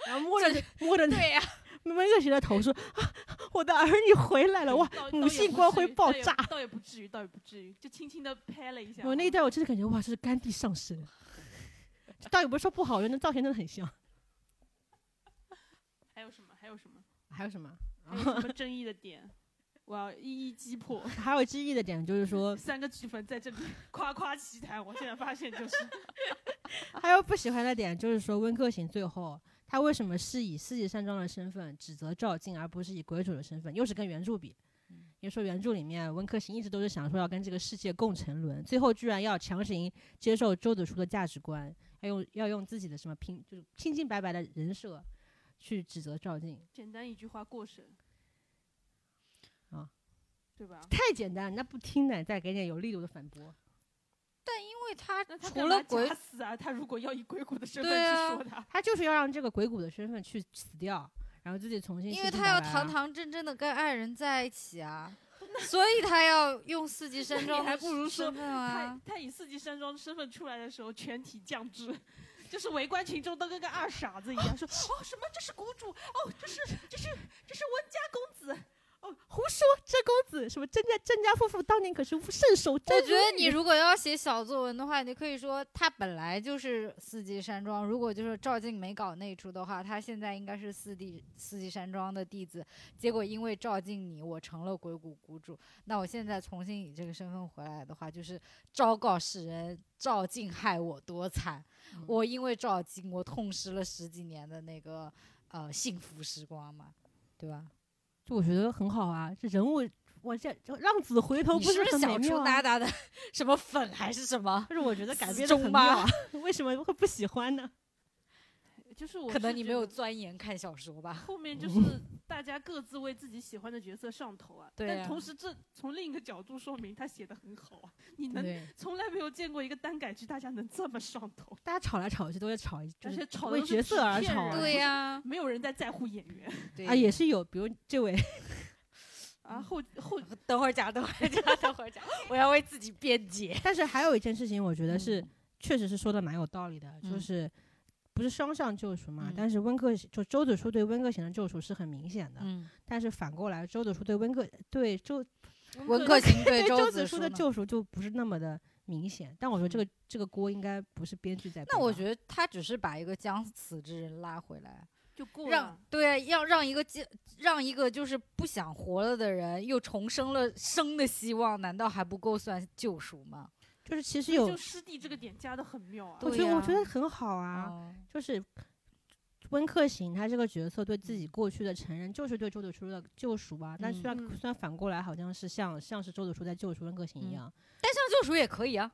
然后摸着摸着那 [LAUGHS] 对呀、温客行的头说啊， [LAUGHS] 我的儿女回来了，哇！倒母性光辉爆炸倒也不至于，倒也不至于，就轻轻的拍了一下。哦我那一代我真的感觉哇，这是甘地上身。这倒也不是说不好，人的造型真的很像。还有什么？还有什么？还有什么？还有什么争议的点？我要一一击破。还有争议的点就是说，三个剧本在这里夸夸其谈，我现在发现就是 [LAUGHS] 还有不喜欢的点就是说，温客行最后他为什么是以四季山庄的身份指责赵静，而不是以鬼主的身份？又是跟原著比，嗯因为说原著里面温客行一直都是想说要跟这个世界共沉沦，最后居然要强行接受周子舒的价值观，要用要用自己的什么平就是清清白白的人设去指责赵静，简单一句话过审啊，对吧？太简单了，那不听呢，再给点有力度的反驳。因为他那他除干了嘛鬼假，死啊！他如果要以鬼谷的身份对去啊说他，他就是要让这个鬼谷的身份去死掉，然后自己重新因清为清他白要白啊堂堂正正的跟爱人在一起 [LAUGHS] 啊，所以他要用四季山庄你还的不如说身份啊他。他以四季山庄身份出来的时候，全体降智， [LAUGHS] 就是围观群众都跟个二傻子一样，说哦什么这是谷主，哦这是这是这是温家公子，胡说，这公子什么甄家甄家夫妇当年可是圣手我真觉得你如果要写小作文的话，你就可以说他本来就是四季山庄。如果就是赵静没搞那一出的话，他现在应该是四季四季山庄的弟子。结果因为赵静你，我成了鬼谷谷主。那我现在重新以这个身份回来的话，就是昭告世人，赵静害我多惨。嗯我因为赵静，我痛失了十几年的那个呃幸福时光嘛，对吧？就我觉得很好啊，这人物我这这浪子回头你不是不是很美小妙猪啊、哒哒的 [LAUGHS] 什么粉还是什 [LAUGHS] 么？就是我觉得改死编的很忠妙吧啊，为什么会不喜欢呢？就是我可能是你觉没有得钻研看小说 [LAUGHS] 吧？后面就是大家各自为自己喜欢的角色上头啊，对但啊同时这从另一个角度说明他写的很好啊，你能嗯对，从来没有见过一个单改剧大家能这么上头，大家吵来吵去都在吵，就而且是吵为的角色而吵啊对呀、嗯没有人在在乎演员对啊，也是有，比如这位啊，后后等会儿讲，等会儿讲，等会 [LAUGHS] 儿讲，我要为自己辩解。 [LAUGHS] 但是还有一件事情，我觉得是、嗯确实是说的蛮有道理的，就嗯是不是双向救赎嘛？嗯但是温客就周子舒对温客行的救赎是很明显的， [LAUGHS] [LAUGHS] 嗯，但是反过来周子舒对温客对周文克行对对周子舒舒的呢嗯救赎就不是那么的明显。但我觉得这个、这个锅应该不是编剧在背吧。那我觉得他只是把一个将死之人拉回来，就过让对啊，要让一个将让一个就是不想活了的人又重生了生的希望，难道还不够算救赎吗？就是其实所以有就，师弟这个点加的很妙啊，我对觉得我呀觉得很好啊，哦，就是。温客行他这个角色对自嗯己过去的承认，就是对周子舒的救赎啊。但虽然、嗯虽然反过来好像是像像是周子舒在救赎温客行一嗯样，单向救赎也可以啊，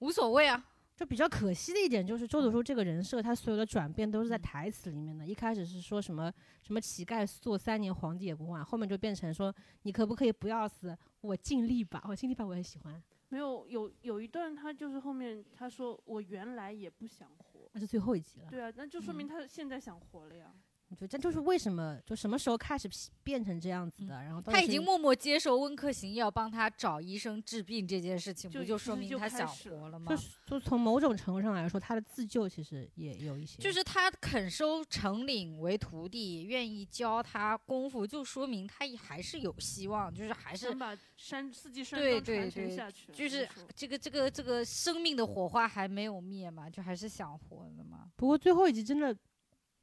无所谓啊。就比较可惜的一点就是周子舒这个人设，他所有的转变都是在嗯台词里面的。一开始是说什么什么乞丐做三年皇帝也不换，后面就变成说你可不可以不要死，我尽力吧，我尽力吧，我也喜欢。没有有有一段他就是后面他说我原来也不想活，那是最后一集了。对啊，那就说明嗯他现在想活了呀。我觉得这就是为什么就什么时候开始变成这样子的，然后到嗯他底已是经默默接受温客行要帮他找医生治病这件事情，就不就其说实明就他开想始了活了吗就？是就从某种程度上来说，他的自救其实也有一些，就是他肯收程领为徒弟，愿意教他功夫，就说明他也还是有希望，就是还是想把山四季山对庄对传承对下去，就你是说这个这个这个生命的火花还没有灭嘛，就还是想活的嘛。不过最后一集真的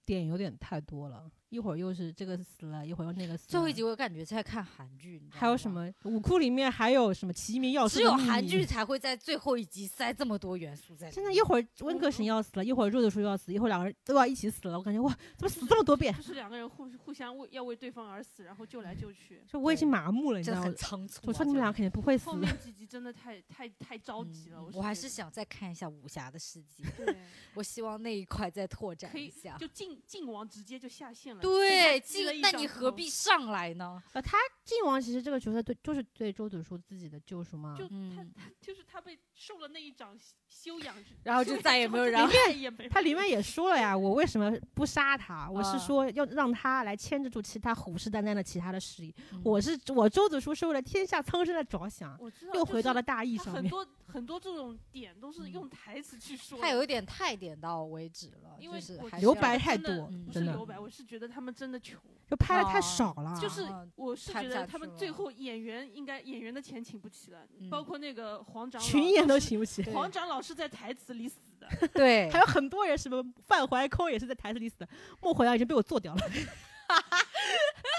点有点太多了，一会儿又是这个死了，一会儿又那个死了。最后一集我感觉在看韩剧，你知道还有吗嗯什？么武库里面还有什么齐名要只有韩剧才会在最后一集塞这么多元素在里面。现在一会儿温格神要死了，一会儿肉的叔要死，一会儿两个人都要一起死了，我感觉哇，怎么死这么多遍？就是两个人互互相为要为对方而死，然后救来救去。就我已经麻木了，你知真的道吗很？仓促啊、我说你们俩真的肯定不会死后的，面几集真的太太太着急了，嗯是我还觉是得想再看一下武侠的世界，对，我希望那一块再拓展可以一 [LAUGHS] 下。就晋晋王直接就下线了。对，进了进一那张你何头必上来呢？呃，他靖王其实这个角色对，就是对周子舒自己的救赎嘛。就他嗯他就是他被受了那一掌 [LAUGHS] 修养之，然后就再也没有就然后再也没有他里面也说了呀，我为什么不杀他？我嗯是啊说要让他来牵制住其他虎视眈眈的其他的势力。嗯我是我周子舒是为了天下苍生的着想，我知道又就回到是了大义他上很面。嗯多很多这种点都是用台词去说的。他有一点太点到为止了，因为就是我还是留要白太真多的，不是真的留白，我是觉得他们真的穷，就拍的太哦少了，就是啊我是拍觉不得下他们去最了后演员应该演员的钱请不起了，嗯包括那个黄长老群演都是请不起。黄长老是在台词里死的， [LAUGHS] 对还，有很多人什么范怀抠也是在台词里死的，莫怀阳已经被我做掉了。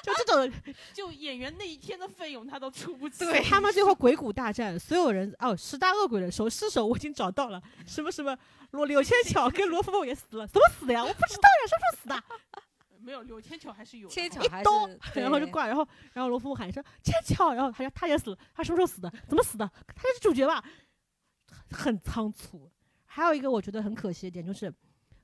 就这种，就演员那一天的费用他都出不起。对他们最后鬼谷大战，所有人哦，十大恶鬼的手尸首我已经找到了，什么什么罗柳千巧跟罗富凤也死了，怎么死的呀？我不知道呀，是不是死的？ [LAUGHS] 没有柳千巧还是有的，千巧一还刀是，然后就对挂，然后然后罗富喊一声千巧，然后他说他也死了，他什么时候死的？怎么死的？他是主角吧？很仓促。还有一个我觉得很可惜的点就是，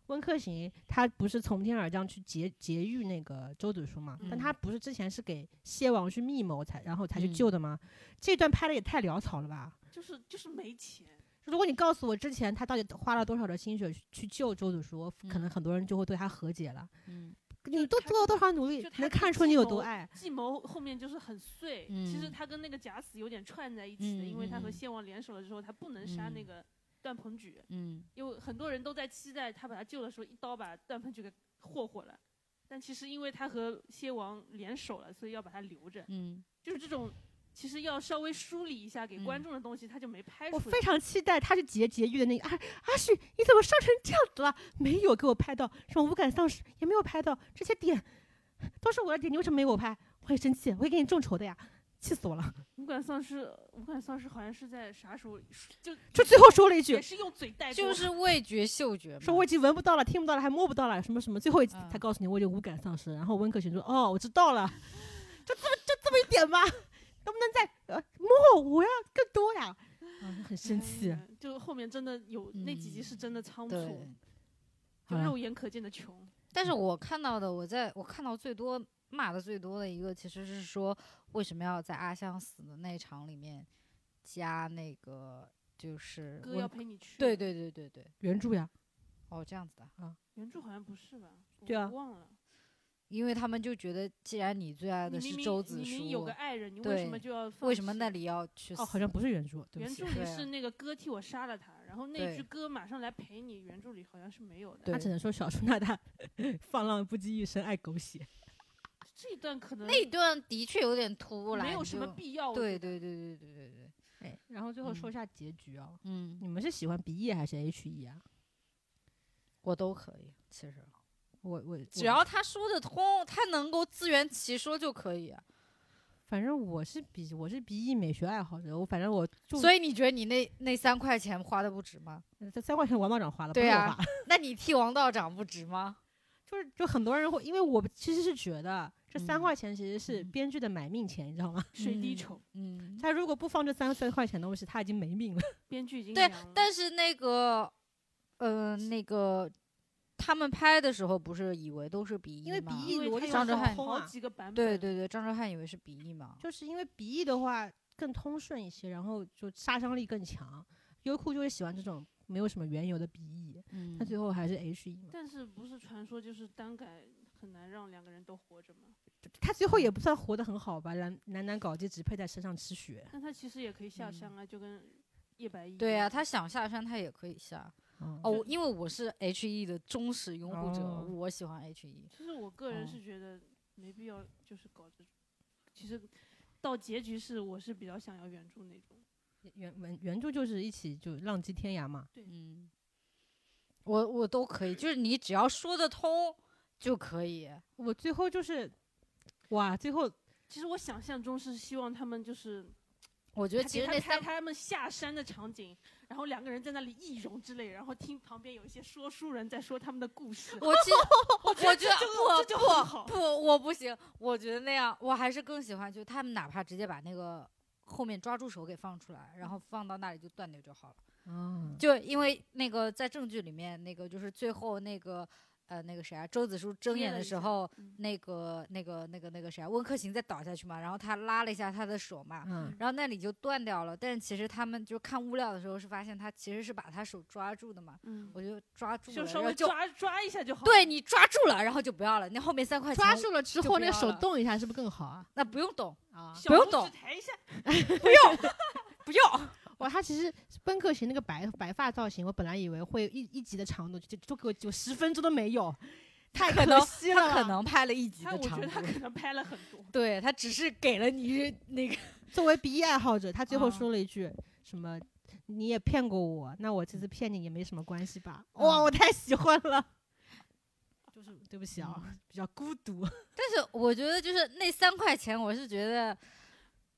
温客行他不是从天而降去劫劫狱那个周子舒嘛？但他不是之前是给谢王去密谋才然后才去嗯救的吗？这段拍的也太潦草了吧！就是就是没钱。如果你告诉我之前他到底花了多少的心血去去救周子舒，我可能嗯很多人就会对他和解了。嗯你都他做了多少努力就，他能这个看出你计有谋多爱？计谋后面就是很碎，其实嗯他跟那个假死有点串在一起的，嗯因为他和嗯嗯谢王联手了之后，他不能杀那嗯个段鹏举，嗯，因为很多人都在期待他把他救的时候一刀把段鹏举给霍霍了，但其实因为他和谢王联手了，所以要把他留着，嗯，就是这种。其实要稍微梳理一下给观众的东西，他就没拍出我来。非常期待他去劫劫狱的那个阿阿旭，你怎么烧成这样子了？没有给我拍到什么无感丧尸，也没有拍到这些点，都是我的点，你为什么没我拍？我会生气，我会给你众筹的呀，气死我了！无感丧尸，无感丧尸好像是在啥时候就就最后说了一也句，是用嘴带过，就是味觉、嗅觉嘛，说我已经闻不到了，听不到了，还摸不到了，什么什么，最后一次嗯才告诉你我已经无感丧失。然后温客行说，哦，我知道了，就这么就这么一点吧，能不能再呃摸我，我要更多呀？啊，就很生气。哎就后面真的有那几集是真的仓促，对。好就了肉眼可见的穷。但是我看到的，我在我看到最多骂的最多的一个，其实是说为什么要在阿香死的那一场里面加那个就是哥温要陪你去，对，对对对对，原著呀，哦这样子的，原著好像不是吧？我对啊忘了。因为他们就觉得既然你最爱你的明是明周子你明明舒，啊有个爱人，你为什么对就要放为什么弃那里要去死？哦，好像不是原著，对不原起著。里对啊是那个哥替我杀了他，然后那对句歌马上来陪你，原著里好像是没有的。对他只能说小叔那他 [LAUGHS] 放浪不羁，一生爱狗血。这一段可能那一段的确有点突然，没有什么就必要。我对觉对得对对对对对，哎，然后最后说一下结局哦，嗯，你们是喜欢 B E 还是 H E 啊？我都可以，其实我我只要他说得通，他能够自圆其说就可以、啊。反正我是比我是 B E 美学爱好者，我反正我就所以你觉得你那那三块钱花的不值吗？这三块钱王道长花了， [LAUGHS] 对呀、啊那你替王道长不值吗？就是就很多人会，因为我其实是觉得这三嗯块钱其实是嗯编剧的买命钱，你知道吗？水滴嗯筹，嗯，他如果不放这三三块钱的东西，他已经没命了。 [LAUGHS] 编剧已经对凉了，但是那个，呃，那个他们拍的时候不是以为都是鼻翼吗？因为鼻翼因为逻它辑有上是好很好通啊几个版本。对对对，张哲瀚以为是鼻翼嘛。就是因为 BE 的话更通顺一些，然后就杀伤力更强。优酷就是喜欢这种没有什么缘由的 BE，嗯他，最后还是 HE 嘛，但是不是传说就是单改很难让两个人都活着吗？他最后也不算活得很好吧，男男男搞基只配在身上吃血。但他其实也可以下山啊，就跟叶白衣一样。嗯对啊，他想下山他也可以下。哦，哦，我因为我是 H E 的忠实拥护者，哦我喜欢 H E。其实我个人哦是觉得没必要，就是搞这种。其实到结局是我是比较想要原著那种。原原原著就是一起就浪迹天涯嘛。嗯，我我都可以，就是你只要说得通就可以。我最后就是，哇，最后其实我想象中是希望他们就是我觉他得给其实他那拍三他们下山的场景，然后两个人在那里易容之类，然后听旁边有一些说书人在说他们的故事。我其实我觉得这就这就很好我不不我不行，我觉得那样我还是更喜欢，就他们哪怕直接把那个后面抓住手给放出来，然后放到那里就断掉就好了。啊，就因为那个在正剧里面，那个就是最后那个呃那个谁啊，周子舒睁贴眼了的一时下候，嗯那个那个那个那个谁啊，温客行在倒下去嘛，然后他拉了一下他的手嘛，嗯，然后那里就断掉了。但是其实他们就看物料的时候是发现他其实是把他手抓住的嘛，嗯，我就抓住了，就稍然后微就抓抓一下就好。对，你抓住了，然后就不要了。那后面三块钱抓住了之就后不那个要手了动一下是不是更好啊？那不用动，啊，小不用拇指懂抬一下，不用不用，哇，他其实奔克型那个白白发造型，我本来以为会一一集的长度就就给我就十分钟都没有，太 [LAUGHS] 可可能惜了他可能拍了一集他的哎我觉长得他度，可能拍了很多，对他只是给了你那个作为 B E 爱好者，他最后啊说了一句、什么？你也骗过我，那我这次骗你也没什么关系吧？嗯哇，我太喜欢了。就是对不起啊，比较孤独。但是我觉得就是那三块钱，我是觉得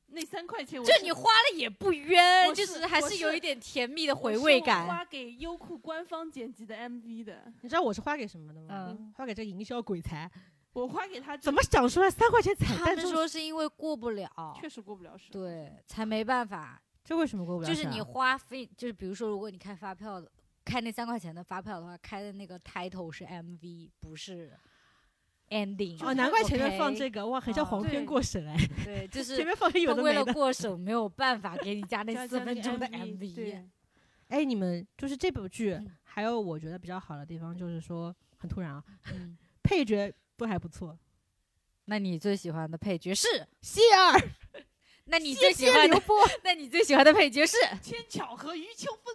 那三块钱我就是你花了也不冤，我就是是还我是有是一点甜蜜的我回是味我感。花给优酷官方剪辑的 MV 的， [LAUGHS] 你知道我是花给什么的吗？嗯花给这个营销鬼才。我花给他怎么想出来三块钱彩他蛋？们说是因为过不了，确实过不了审，对，才没办法。这为什么过不了就审啊？是你花费，就是比如说，如果你开发票的，开那三块钱的发票的话，开的那个 title 是 MV，不是 ending。哦，难怪前面放 OK [LAUGHS] 这个，哇，很像啊黄片对过审哎，对，就前是面放些有他的为没了的。过手没有办法给你加那 [LAUGHS] 加四加那分个钟的 MV 对哎，你们就是这部剧嗯，还有我觉得比较好的地方就是说，很突然啊，嗯，配角都还不错，那你最喜欢的配角是？希尔、那你谢最喜谢欢刘的？波， [LAUGHS] 那你最喜欢的配角是？天巧和余秋风，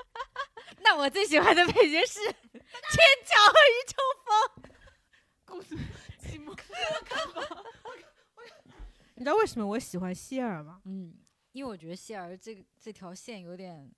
[LAUGHS] 那我最喜欢的配角是千脚和余秋故事 [LAUGHS] 寂寞，你知道为什么我喜欢希尔吗？ [LAUGHS] 嗯，因为我觉得谢儿这个这条线有点，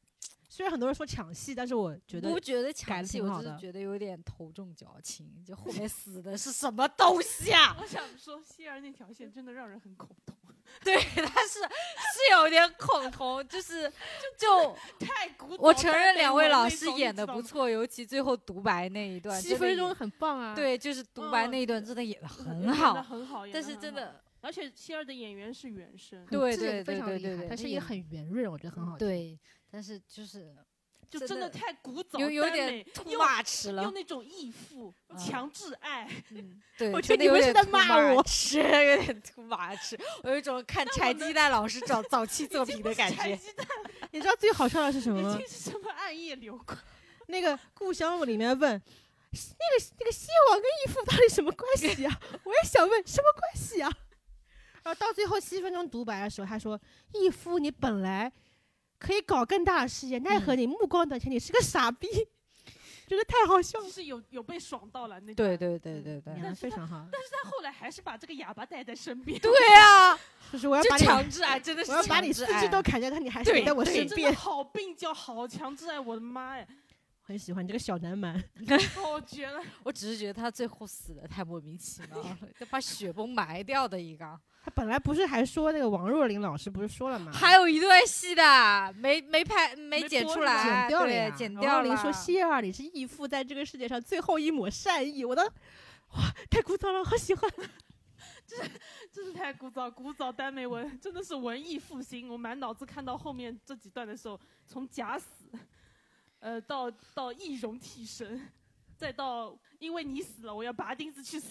虽然很多人说抢戏，但是我觉得不觉得改抢得戏，挺我好就是的觉得有点头重脚轻，就后面死的是什么东西 [LAUGHS] 啊？我想说希儿那条线真的让人很恐同，对，他是是有点恐同，就是就 [LAUGHS] 太古早我承认两位老耽师美文那种演的你知道不 [LAUGHS] 吗错，尤其最后独白那一段，七真的分钟演很棒啊。，对，就是独白嗯那一段真的演的很演得好，很好，演但得是很真好，的而且希儿的演员是原声，对这个非对对常对厉对害，对他那声音也很圆润，我觉得很好听。 [LAUGHS] 对，但是就是就真真的的太古早有有耽点美吐又马齿了又，那种义父嗯强制 [LAUGHS] 爱，嗯，对，我觉得真的你有们点是在吐骂马我齿有点吐马齿，我有一种看柴鸡蛋老师早早期作品的感 [LAUGHS] [LAUGHS] 柴觉。鸡蛋你知道最好笑的是什么已吗经？是什么暗夜流光，那个故乡里面问，是那个那个西王跟义父到底什么关系啊？ [LAUGHS] 我也想问什么关系啊？然后到最后七分钟独白的时候，他说：“义父，你本来可以搞更大的事业，奈何你目光短浅，你是个傻逼。” [LAUGHS] 觉得太好笑了就，是有有被爽到了那对段，对对对对演的非常好。但后来还是把这个哑巴带在身边，对啊，就是我要把你，就强制爱，真的是我要把强你制四爱肢都砍掉，但你还是对留在我对身真的边。好病叫好强制爱，我的 [LAUGHS] 妈呀，很喜欢你这个小男蛮，好绝了！我只是觉得他最后死的太莫名其 [LAUGHS] 妙了，就把雪崩埋掉的一个。他本来不是还说那个王若琳老师不是说了吗？还有一段戏的，没没拍没没剪播出是吧来，剪掉了对呀，剪然掉后了。林说：“希尔，你是义父在这个世界上最后一抹善意。”我当哇，太枯燥了，好喜欢。真是太古早，古早耽美文真的是文艺复兴。我满脑子看到后面这几段的时候，从假死，呃，到到易容替身，再到因为你死了，我要拔钉子去死。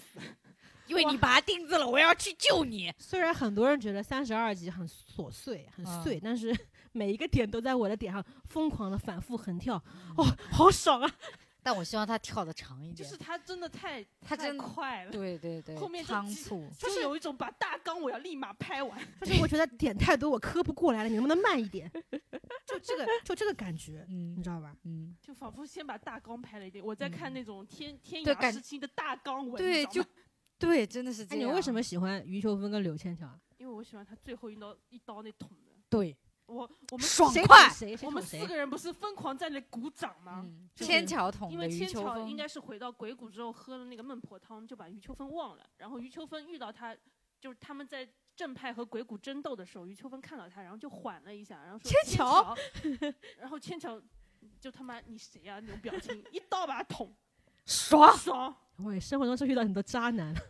因为你拔钉子了，我要去救你。虽然很多人觉得三十二集很琐碎、很碎，嗯但是 [LAUGHS] 每一个点都在我的点上疯狂的反复横跳，嗯哦，好爽啊！ [LAUGHS] 但我希望他跳的长一就点。是他真的太他太真的快了，对对对，后面就仓急促。就是有一种把大纲我要立马拍完。就是我觉得点太多，我磕不过来了，你能不能慢一点？ [LAUGHS] 就这个，就这个感觉，你嗯知道吧？嗯，就仿佛先把大纲拍了一遍，我在看那种天、天对涯感世情的大纲文，对你知就道吗对，真的是这哎，样。你们为什么喜欢余秋风跟柳千条啊？因为我喜欢他最后一刀一刀那捅的，对我我们爽谁快捅？谁谁我们捅四谁？个人不是疯狂在那鼓掌吗？嗯，就是千桥桶因为的余千秋巧风应该是回到鬼谷之后喝了那个孟婆汤，就把余秋风忘了。然后余秋风遇到他，就是他们在正派和鬼谷争斗的时候，余秋风看到他，然后就缓了一下，然后说千千巧巧，然后千巧就他妈你谁呀、那种表情，一刀把他捅，爽。爽，我也生活中是遇到很多渣男， [LAUGHS]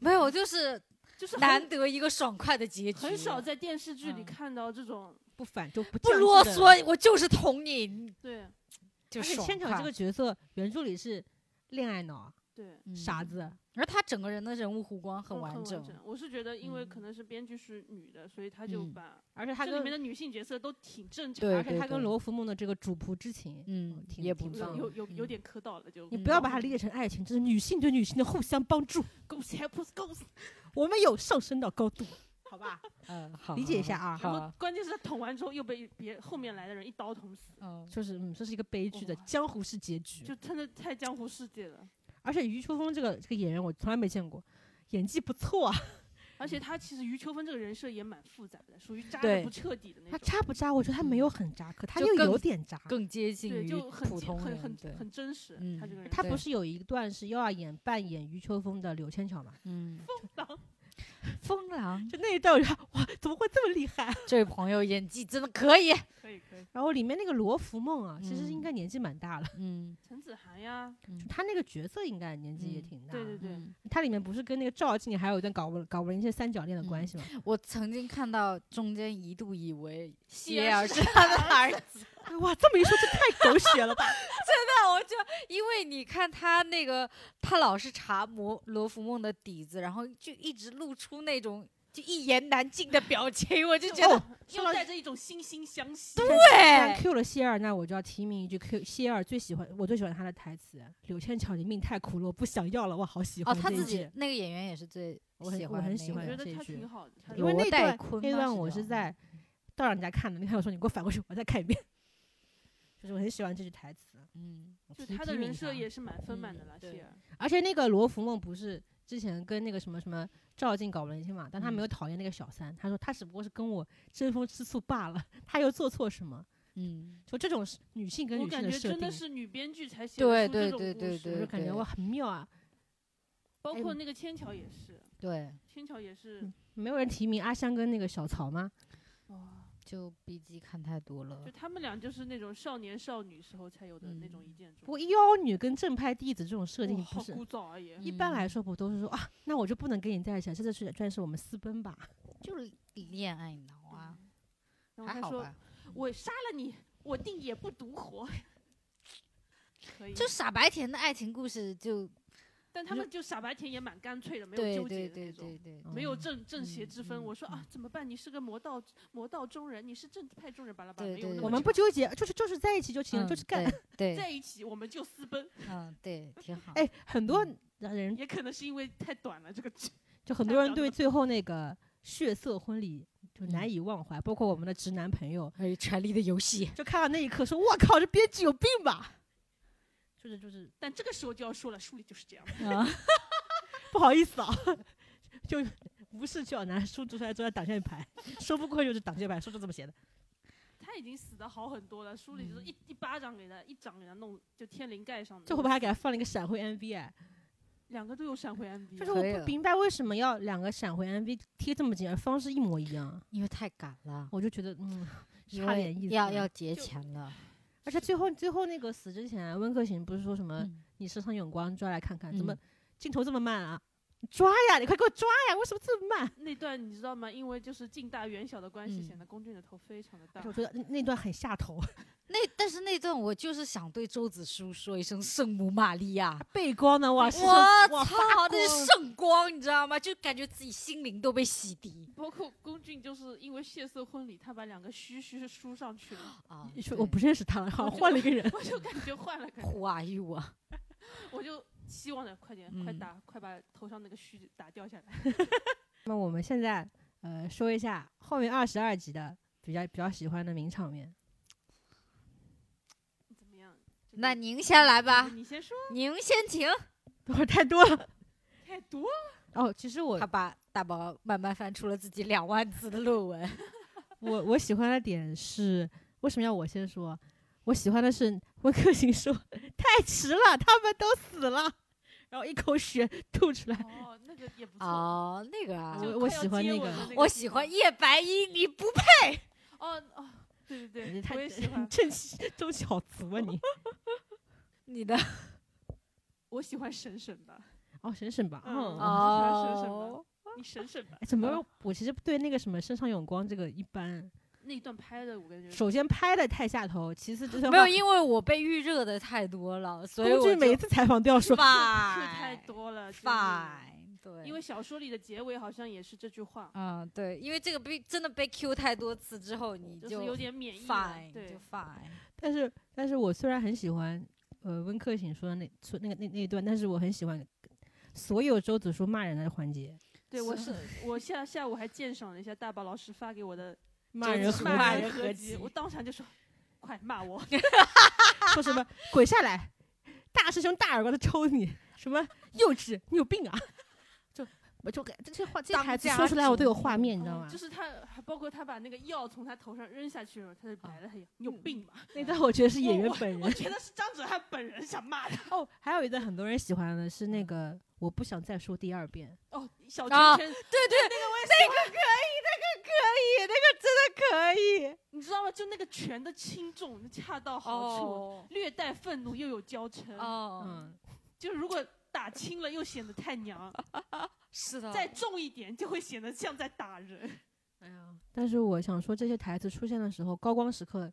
没有，就是就是很难得一个爽快的结局，很少在电视剧里嗯看到这种，不反就不 [LAUGHS] 不降啰智的嗦，我就是捅你，对就而且爽千巧快这个角色原著里是恋爱脑、对，傻。嗯子，而他整个人的人物弧光很嗯完整，我是觉得，因为可嗯能是编剧是女的，所以她就嗯把而且他这里跟面的女性角色都挺正常，对而而且且他她跟对罗浮梦的这个主仆之情，嗯嗯，挺也挺不棒错的。有有有嗯点磕到了，就你嗯不要把它理解成爱情， [LAUGHS] 这是女性对女性的互相帮助。狗 o s 狗 s [LAUGHS] 我们有上升到高度，好吧，嗯，好，理解一下啊然后好，关键是他捅完之后又被别后面来的人一刀捅死，嗯，就是嗯，这是一个悲剧的哇江湖式结局。就真的太江湖世界了。而且余秋风这个这个演员我从来没见过，演技不错啊。而且他其实余秋风这个人设也蛮复杂的，属于扎对的不彻底的那他种，渣不渣？我觉得他没有很渣，可他嗯就又更有点渣。更接近对，于就很普接通很人，很对，很真实嗯。他这个人，他对不是有一段是又要演扮演余秋风的柳千巧嘛？嗯，狼风狼就那一段，我觉得哇，怎么会这么厉 [LAUGHS] 害？啊这位朋友演技真的可 [LAUGHS] 以，可以可以，然后里面那个罗福梦啊，其实嗯应该年纪蛮大了， [LAUGHS] 嗯陈子涵呀，就他那个角色应该年纪也嗯挺大的。对对对，嗯，他里面不是跟那个赵静还有一段搞不搞不明些三角恋的关系吗？我曾经看到中间一度以为谢谢尔尔是他的儿子。哎哇，这么一说，这太狗血 [LAUGHS] 了吧？我就因为你看他那个，他老是查摩罗浮梦的底子，然后就一直露出那种就一言难尽的表情，我就觉哦得、又带着一种惺惺相惜，但对， Q 了谢尔，那我就要提名一句 Q 谢尔最喜欢我最喜欢他的台词：“柳倩巧，你命太苦了，我不想要了，我好喜哦，欢。”他自己那个演员也是最我很喜我欢、那个，很喜我欢觉得这一他句挺好的。他因为罗那带段坤那吗段是我叫是在到人家看的，你看我说你给我反过去，我再看一遍。 [LAUGHS] 就是我很喜欢这句台词，嗯，我就提他的提名啊人设他也是蛮丰满的嗯了，对谢尔。而且那个罗福梦不是之前跟那个什么什么赵静搞不清嘛，但他嗯没有讨厌那个小三，他说他只不过是跟我争风吃醋罢了，他又做错什么？嗯，就这种是女性跟我女性感觉设真定的，是女编剧才写对对得出这种对故对事我对就感觉对哇很妙啊！包哎括我那个千巧也是，对，千巧也是嗯，没有人提名阿香跟那个小曹吗？哇，就 B G 看太多了就，他们俩就是那种少年少女时候才有的那种嗯一见钟不过情。妖女跟正派弟子这种设哇定好不是古早啊也，一般来嗯说不都是说啊，那我就不能跟你在一起，这就是算是我们私奔吧？就是恋爱脑啊，然后还他好说吧，我杀了你，我定也不独活。可以，就傻白甜的爱情故事就但他们就傻白甜也蛮干脆的，没有对纠对结的那对对。种对，嗯没有正正邪嗯之分，嗯我说啊，怎么办？你是个魔道魔道中人，你是正派中人，巴拉巴拉。对没有对那对么我们讲不纠结，就是就是在一起就行了，嗯就是干。 [LAUGHS] 对，对在一起，我们就私奔。嗯对，挺好，哎，很多嗯人也可能是因为太短了这个剧。就很太多人标对准最后那个血色婚礼就难嗯以忘怀，包括我们的直男朋友，哎，权力的游戏，就看到那一刻说：“我靠，这编剧有病 [LAUGHS] 吧？”就是就是但这个时候就要说了，书里就是这样。啊，不好意思啊， [LAUGHS] 就无事就要拿书读出来，坐在挡箭牌，说不过就是挡箭牌，说就这么写的。他已经死的好很多了，书里就是嗯一、一巴掌给他，一掌给他弄，就天灵盖上的。最后不还给他放了一个闪回 MV 哎，两个都有闪回 MV，就是啊我可以了不明白为什么要两个闪回 MV 贴这么近，而方式一模一样，因为太赶了。我就觉得嗯因差为点意思。要要，节就前了，而且最后最后那个死之前，温客行不是说什么？嗯，你身上有光，抓来看看，怎么嗯镜头这么慢啊？抓呀！你快给我抓呀！为什么这么慢？那段你知道吗？因为就是近大远小的关系，嗯显得龚俊的头非常的大而且。我觉得那那段很下 [LAUGHS] 头，那但是那段我就是想对周子舒说一声圣母玛利亚，背光呢，哇，我是哇操，发那光是圣光，你知道吗？就感觉自己心灵都被洗涤包括龚俊就是因为血色婚礼，他把两个须须梳上去 [LAUGHS] 了，啊！你说我不是认识他了，好我像就换了一个 [LAUGHS] 人。我就感觉换了，感觉胡啊玉啊，我就希望着快点、嗯快打，快把头上那个须打掉下来。 [LAUGHS] 那么我们现在呃说一下后面二十二集的比较比较喜欢的名场面。怎么样？这个哎那啊您先来吧，你先说，您先请。等会儿太多了太多哦，其实我他把大宝慢慢翻出了自己两万字的论文，我我喜欢的点是，为什么要我先说？我喜欢的是温客行说 [LAUGHS] 太迟了，他们都死了，然后一口血吐出来。哦，那个也不错。哦，那个啊我，就我快要喜欢接那吻个的那我个喜地欢方叶白衣，你不配。哦哦，对对你对，太。我也喜 [LAUGHS] 欢正气周期好足啊 [LAUGHS] 你。你的我喜欢沈沈的，哦，沈沈吧，嗯嗯。哦喜欢是什哦么，你沈沈吧哎。怎么？我其实对那个什么身上有光这个一般。那一段拍的，我感觉首先拍的太下头，其次就是没有，因为我被预热的太多了，所以龚我俊每一就次采访都要说是 [LAUGHS] 太 fine 多了。真的哎 fine，对，因为小说里的结尾好像也是这句话，嗯对，因为这个被真的被 Q 太多次之后，你就就是有点免疫了 fine 对就，fine，但是，但是我虽然很喜欢，呃，温客行说的那说那个那那一段，但是我很喜欢所有周子舒骂人的环节。对我是是我下下午还鉴赏了一下大宝老师发给 [LAUGHS] 我的骂人合骂集人合集集，我当场就说：“快骂我说什 [LAUGHS] 么滚下来，大师兄大耳光的抽你，什么幼稚，你有病啊！就我就给这些话，这些当台词家说出来我都有主画面，你知道！”吗就？是他，还包括他把那个药从他头上扔下去的时候，他哦就白了他一眼：“你有病嗯吧那段我觉得是演我员本我人。觉得是张哲瀚本人想骂他。哦，还有一段很多人喜欢的是那个我不想再说第二遍，哦，小啊圈圈，对对，那个可以，那个可以，那个真的可以。你知道吗？就那个拳的轻重恰到好处，略带愤怒又有娇嗔。哦，嗯，就是如果打轻了又显得太娘，哦是的，再重一点就会显得像在打人。哎呀，但是我想说这些台词出现的时候，高光时刻。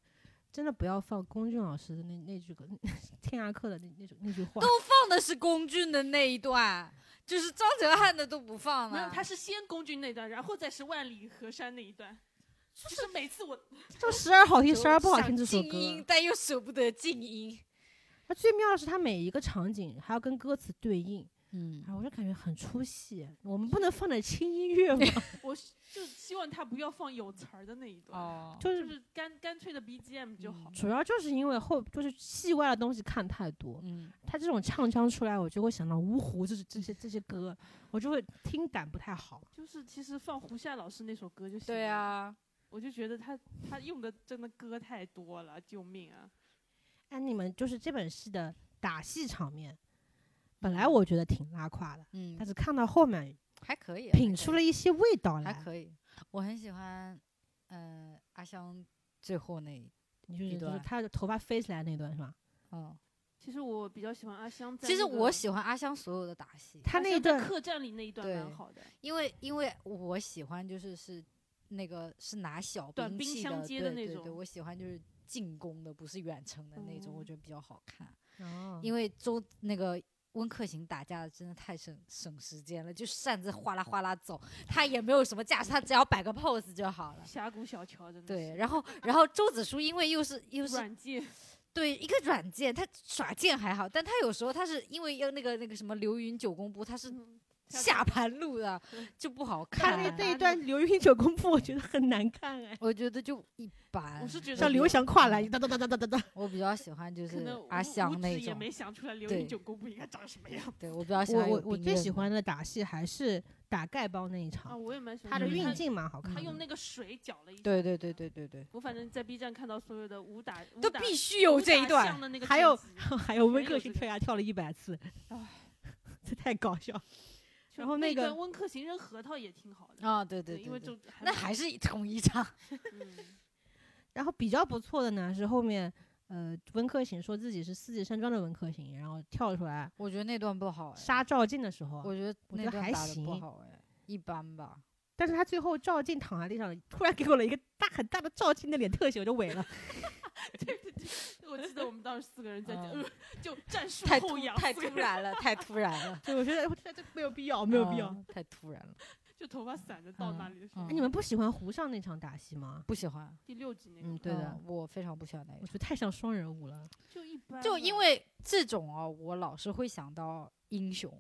真的不要放龚俊老师的那那句歌， [LAUGHS] 天涯客的那那句那句话都，放的是龚俊的那一段，就是张哲瀚的都不放了。没有，他是先龚俊那段，然后再是万里河山那一段。就是每次我就时而好听，就时而不好听。这想首静歌，音，但又舍不得静音。它最妙的是它每一个场景还要跟歌词对应，嗯，啊，我就感觉很出戏。我们不能放点轻音乐吗？我是就希望他不要放有词儿的那一段，哦，嗯就就是是干干脆的 BGM 就好。主要就是因为后就是戏外的东西看太多，嗯，它这种唱腔出来，我就会想到芜湖这这些这些歌，我就会听感不太好。就是其实放胡夏老师那首歌就行。对，啊，我就觉得他他用的真的歌太多了，救命啊！哎，你们就是这本戏的打戏场面，本来我觉得挺拉胯的，嗯但，是看到后面还可以啊，品出了一些味道还可以，嗯还来，可以。我很喜欢，呃，阿香最后那一，你就是一就是段他的头发飞起来那段是吧？嗯，其实我比较喜欢阿香在那其个、实我喜欢阿香所有的打戏，他阿那一香在段客栈里那一段对蛮好的，因为因为我喜欢就是是那个是拿小短兵兵器相的接对的那对对，种我喜欢就是进攻的，不是远程的那种，我嗯觉得比较好看。哦因为周那个温客行打架真的太省省时间了，就擅自哗啦哗啦走，他也没有什么架势，他只要摆个 pose 就好了。峡谷小桥真的对，是然后然后周子舒因为又是又是软件对一个软件，他耍剑还好，但他有时候他是因为要那个那个什么流云九宫步，他是嗯下盘路的嗯，就不好他看。那那一啊段《流云九宫赋》，我觉得很难看 [LAUGHS] 哎，我觉得就一般，我是觉得像刘刘翔跨栏，哒哒哒哒哒哒哒。嗯我比较喜欢就可是能阿吴香吴那志也种，没想出来刘对云九公布应该长什么样对我比较喜我欢有我我冰最刃喜的欢的打戏还是打丐帮那一啊！场，我也蛮 [LAUGHS] 喜欢他的嗯运，镜蛮好看他用的。那个水搅了一下。对对对。对对对，我反正在 B 站看到所有的武打，武都打必须有武这打一段像。的那个还剪有辑还有温全客有行这跳崖跳了一百次唉，这太搞笑。就然后那那个段温客行扔核桃也挺好的，啊、对对对，因为对就那还是同一张。嗯然后比较不错的呢是后面，呃，温客行说自己是四季山庄的温客行，然后跳出来我觉得那段不好哎，杀赵进的时候，我觉得哎我那觉得段还打的不行好哎，一般吧。但是他最后赵进躺在地上，突然给我了一个大很大的赵进的脸特写，我就萎 [LAUGHS] 了。我记得我们当时四个人在讲，嗯呃就 [LAUGHS] 战术太后突仰，太四个突人然了，太突然了，对，我觉得我觉得这没有必 [LAUGHS] 要， [LAUGHS] 没有必要。嗯太突然了。就头发散着到嗯哪里的时嗯候哎，，你们不喜欢湖上那场打戏吗？不喜欢，第六集那嗯，个对的，嗯我非常不喜欢那我一觉得太像双人舞了。就一般吧，就因为这种哦，我老是会想到英雄，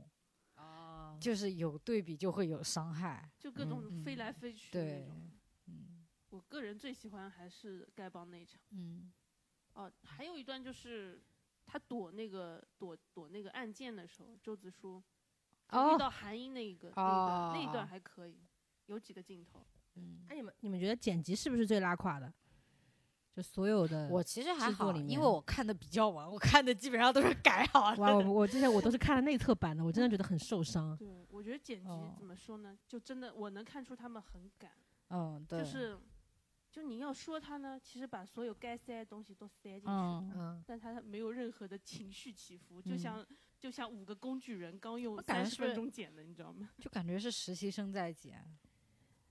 啊，就是有对比就会有伤害。就各嗯种飞来飞去的那对种。嗯我个人最喜欢还是丐帮那一场嗯，哦，还有一段就是他躲那个躲躲那个案件的时候，周子舒就遇哦，到韩英那一个、哦那一段那一段还可以，有几个镜头。嗯哎，你们你们觉得剪辑是不是最拉垮的？就所有的我其实还制作好，里因面为我看的比较晚，我看的基本上都是改好 [LAUGHS] 哇，了。我我之前我都是看了内测版的，我真的觉得很受伤。对，我觉得剪辑哦怎么说呢？就真的我能看出他们很赶，嗯，对，就是就你要说他呢，其实把所有该塞的东西都塞进去，嗯，嗯，但他没有任何的情绪起伏，就嗯像就像五个工具人刚用我感觉三是十不是分钟剪的，你知道吗？就感觉是实习生在剪。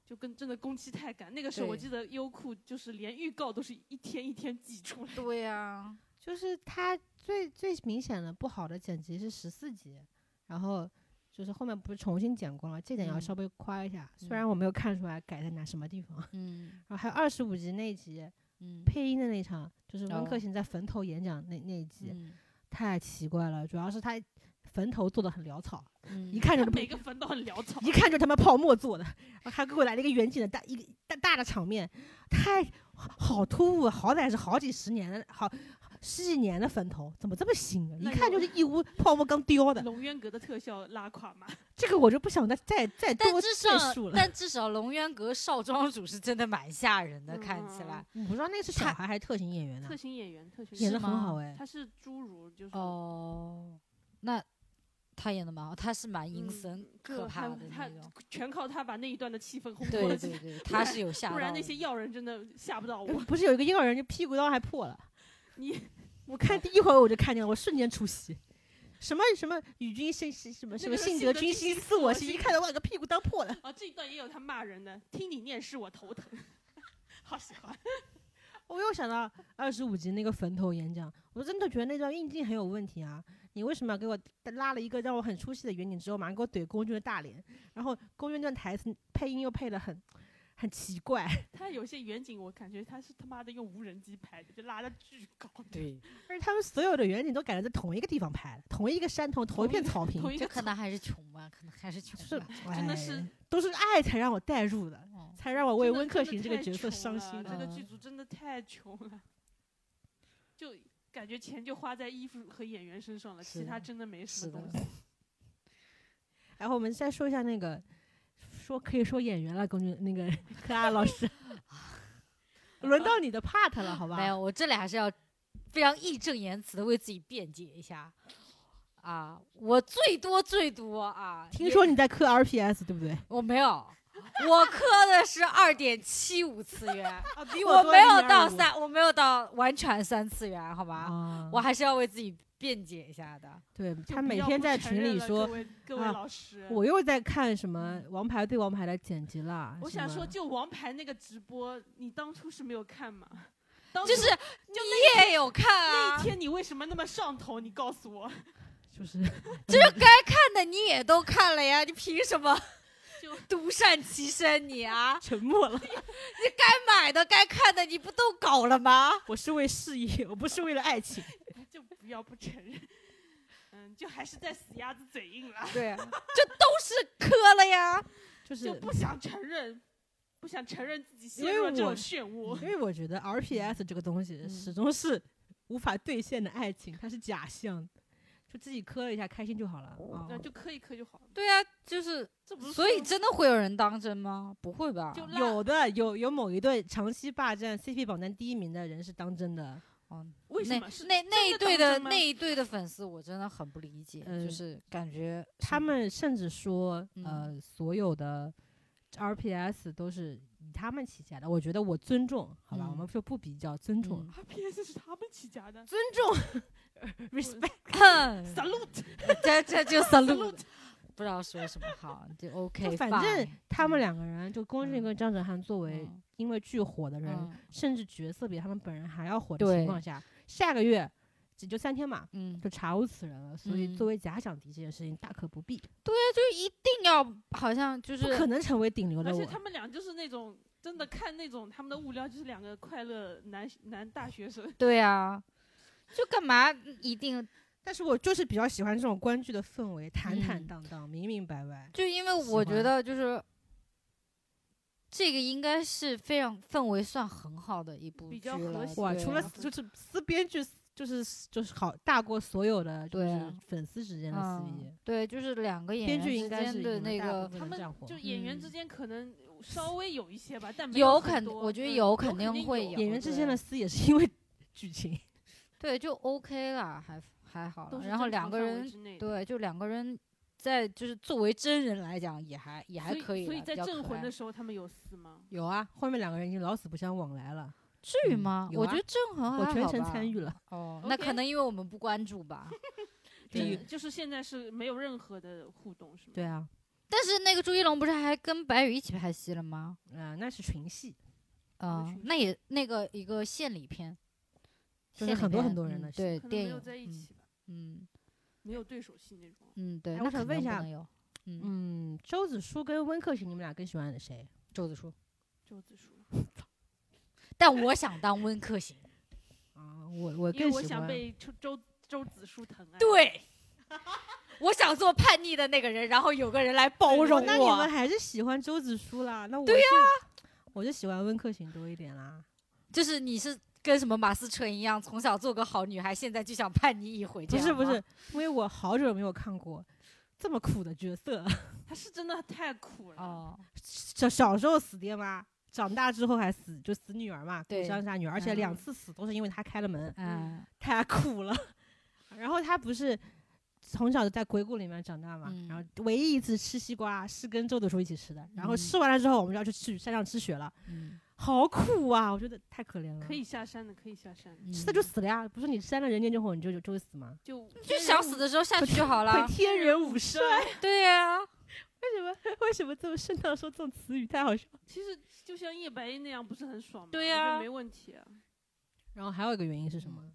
就跟真的工期太赶，那个时候我对记得优酷就是连预告都是一天一天挤出来。对啊呀、就是它最最明显的不好的剪辑是十四集，然后就是后面不是重新剪过了吗，这点要嗯稍微夸一下。虽嗯然我没有看出来改在哪什么地方，嗯然后还有二十五集那一集嗯配音的那场，就是温哦客行在坟头演讲那那一集，嗯太奇怪了，主要是他坟头做的很潦草，嗯一看 [LAUGHS] 就他是每个坟都很潦草，一看就是他妈泡沫做的，然后还给我来了一个远景的大一个大大的场面，太好突兀啊，好歹是好几十年的好十几年的坟头，怎么这么新啊？一那看有就是一屋泡沫刚雕的，龙渊阁的特效拉垮嘛。这个我就不想再再再但多至赘述少，了。但至少龙渊阁少庄主是真的蛮吓人的，看起来。我不知道那个是小他孩还是特型演员呢特？型演员，特型演的嗯演员，是很吗好哎，他是侏儒，就是哦，那他演的蛮好，他是蛮阴嗯森、这可怕他的那他 [LAUGHS] 种。全靠他把那一段的气氛烘托对了对 [LAUGHS] 对，他是有吓到不的。然那些药人真的吓不到哎 [LAUGHS] 我。不是有一个婴儿人就屁股刀还破了， [LAUGHS] 你我看第一回我就看见了，我瞬间出戏。什么什么与君心什么什那么个是信信得得君君心心似似我我心，心一看到我个屁股刀破了。哦，这一段也有他骂人的，听你念诗我头疼， [LAUGHS] 好喜 [LAUGHS] 欢。我又想到二十五集那个坟头演讲，我真的觉得那段运镜很有问题啊！你为什么要给我拉了一个让我很出戏的远景之后，马上给我怼宫俊的大脸？然后宫俊那段台词配音又配的很很奇怪，他有些远景，我感觉他是他妈的用无人机拍的，就拉的巨高， [LAUGHS] 对，而且他们所有的远景都感觉在同一个地方拍的，同一个山头，同一片草坪，同一这个可能还是穷吧，可能还是穷就是吧。哎的是哦都是爱才让我带入的，嗯才让我为真的温客真的行这个太角色穷伤了心啊这个嗯剧组真的太穷了，就感觉钱就花在衣服和演员身上了，是其他真的没什是么的东西。然后我们再说一下那个，说可以说演员了，宫俊那个柯阿老师，轮到你的 part 了，好吧？没有，我这里还是要非常义正言辞的为自己辩解一下。啊，我最多最多啊，听也说你在磕 RPS 对不对？我没有，我磕的是二点七五次 [LAUGHS] 元，啊，比我没有到三，我没有到完全三次元，好吧？啊，我还是要为自己辩解一下的。对就他不每要天不在承群认里了说各，位各位啊老师，我又在看什么《王牌对王牌》的剪辑了。我什想说，么，就王牌那个直播，你当初是没有看吗？当就初是你也有看啊，那天你为什么那么上头？你告 [LAUGHS] 诉我，就是？就是该看的你也都看了呀，你凭什 [LAUGHS] 么就独善其身你啊沉默了。该买的、该看的你不都搞了吗？我是为事业，我不是为了爱情。就不要不承认。嗯，就还是在死鸭子嘴硬了，对，啊这都是磕了呀。就是就不想承认，不想承认自己陷因入为了这我种漩涡。因为我觉得 RPS 这个东西嗯始终是无法兑现的爱情，它是假象，就自己磕了一下开心就好了啊那。就磕一磕就好了。对呀、就是，这不是所以说真的会有人当真吗？不会吧？就拉有的有有某一对长期霸占 CP 榜单第一名的人是当真的，哦，为什那么是 [LAUGHS] 那那一真的队当的真吗那一队的粉丝，我真的很不理解，嗯就是感觉 [LAUGHS] 他 [LAUGHS] 是们甚至说，嗯呃，所有的 RPS 都是以他们起家的。我觉得我尊重，好吧，我嗯们就不比较，尊重，嗯 RPS 是他们起家的尊重，respect。 ，salute。这这就 salute，不知道说什么好，就 OK，就反正 fine 他们嗯两个人，就龚俊嗯跟张哲瀚作为嗯因为剧火的人，嗯甚至角色比他们本人还要火的情对况下，下个月也就三天嘛，嗯，就查无此人了。所以嗯作为假想敌这件事情，大可不必，啊就一定要好像就不可是能成为顶流而的且我。他们俩就是那种真的看那种他们的物料，就是两个快乐男男大学生。对啊，就干嘛一定但是我就是比较喜欢这种观剧的氛围，坦坦嗯荡荡，明明白白。就因为喜我觉欢得就是这个应该是非常氛围算很好的一部比剧较和了，谐哇，对啊除了然后就是撕编剧，就是就是好大过所有的就对是啊粉丝之间的撕逼。嗯，对，就是两个演编员剧应之该是间的你们那大个部分他的们战火就演员嗯之间可能稍微有一些吧，但没有很肯多我觉得嗯有有肯定会有演员之对间的撕也是因为剧情， [LAUGHS] 对，就 OK 了，还还好都了。是然后正两常个范围人之内的，对，就两个人在就是作为真人来讲，也还也还所可以了。所以在比较可镇魂爱嗯的时候，他们有撕吗？有啊，后面两个人已经老死不相往来了，至于嗯吗？有我啊觉得镇魂我还全哦好程吧参与了。哦，那 OK 可能因为我们不关注吧。这对一真就是现在是没有任何的互动，是 [LAUGHS] 吗？对啊，但是那个朱一龙不是还跟白宇一起拍戏了吗？啊、那是群戏，啊、群那也那个一个献礼片，就是献礼很多很片多人嗯的戏对可能电没有影，在一起吧，嗯没有对手戏那种。嗯对。哎那我想肯问一定不下能有嗯，嗯，周子舒跟温客行，你们俩更喜欢谁？周子舒，周子舒，但我想当温客行。哎啊，我我因为更我喜想欢，被周周周子舒疼爱。，对，我想做叛逆的那个人，然后有个人来包容那你们我，还是喜欢周子舒啦？那我对呀、我就喜欢温客行多一点啦。就是你是跟什么马思纯一样，从小做个好女孩，现在就想叛逆一回，这不样是不吗是，，因为我好久没有看过这么苦的角色。 [LAUGHS] 他是真的太苦了。哦，小小时候死爹妈，长大之后还死，就死女儿嘛，对故乡杀女儿，而且嗯两次死都是因为他开了门，嗯太苦了。 [LAUGHS] 然后他不是从小就在鬼谷里面长大嘛，嗯然后唯一一次吃西瓜是跟周子舒一起吃的，然后嗯吃完了之后，我们就要去去山上吃雪了，嗯，好苦啊！我觉得太可怜了。可以下山的，可以下山嗯的，吃了就死了呀，不是你扇了人间之后你就就就会死吗？就就想死的时候下去就好了会。 [LAUGHS] 天人五衰，对呀、为什么为什么这么顺道说这种词语太好笑？其实就像叶白衣那样，不是很爽吗？对嗯我觉得呀没问题啊。然后还有一个原因是什么？嗯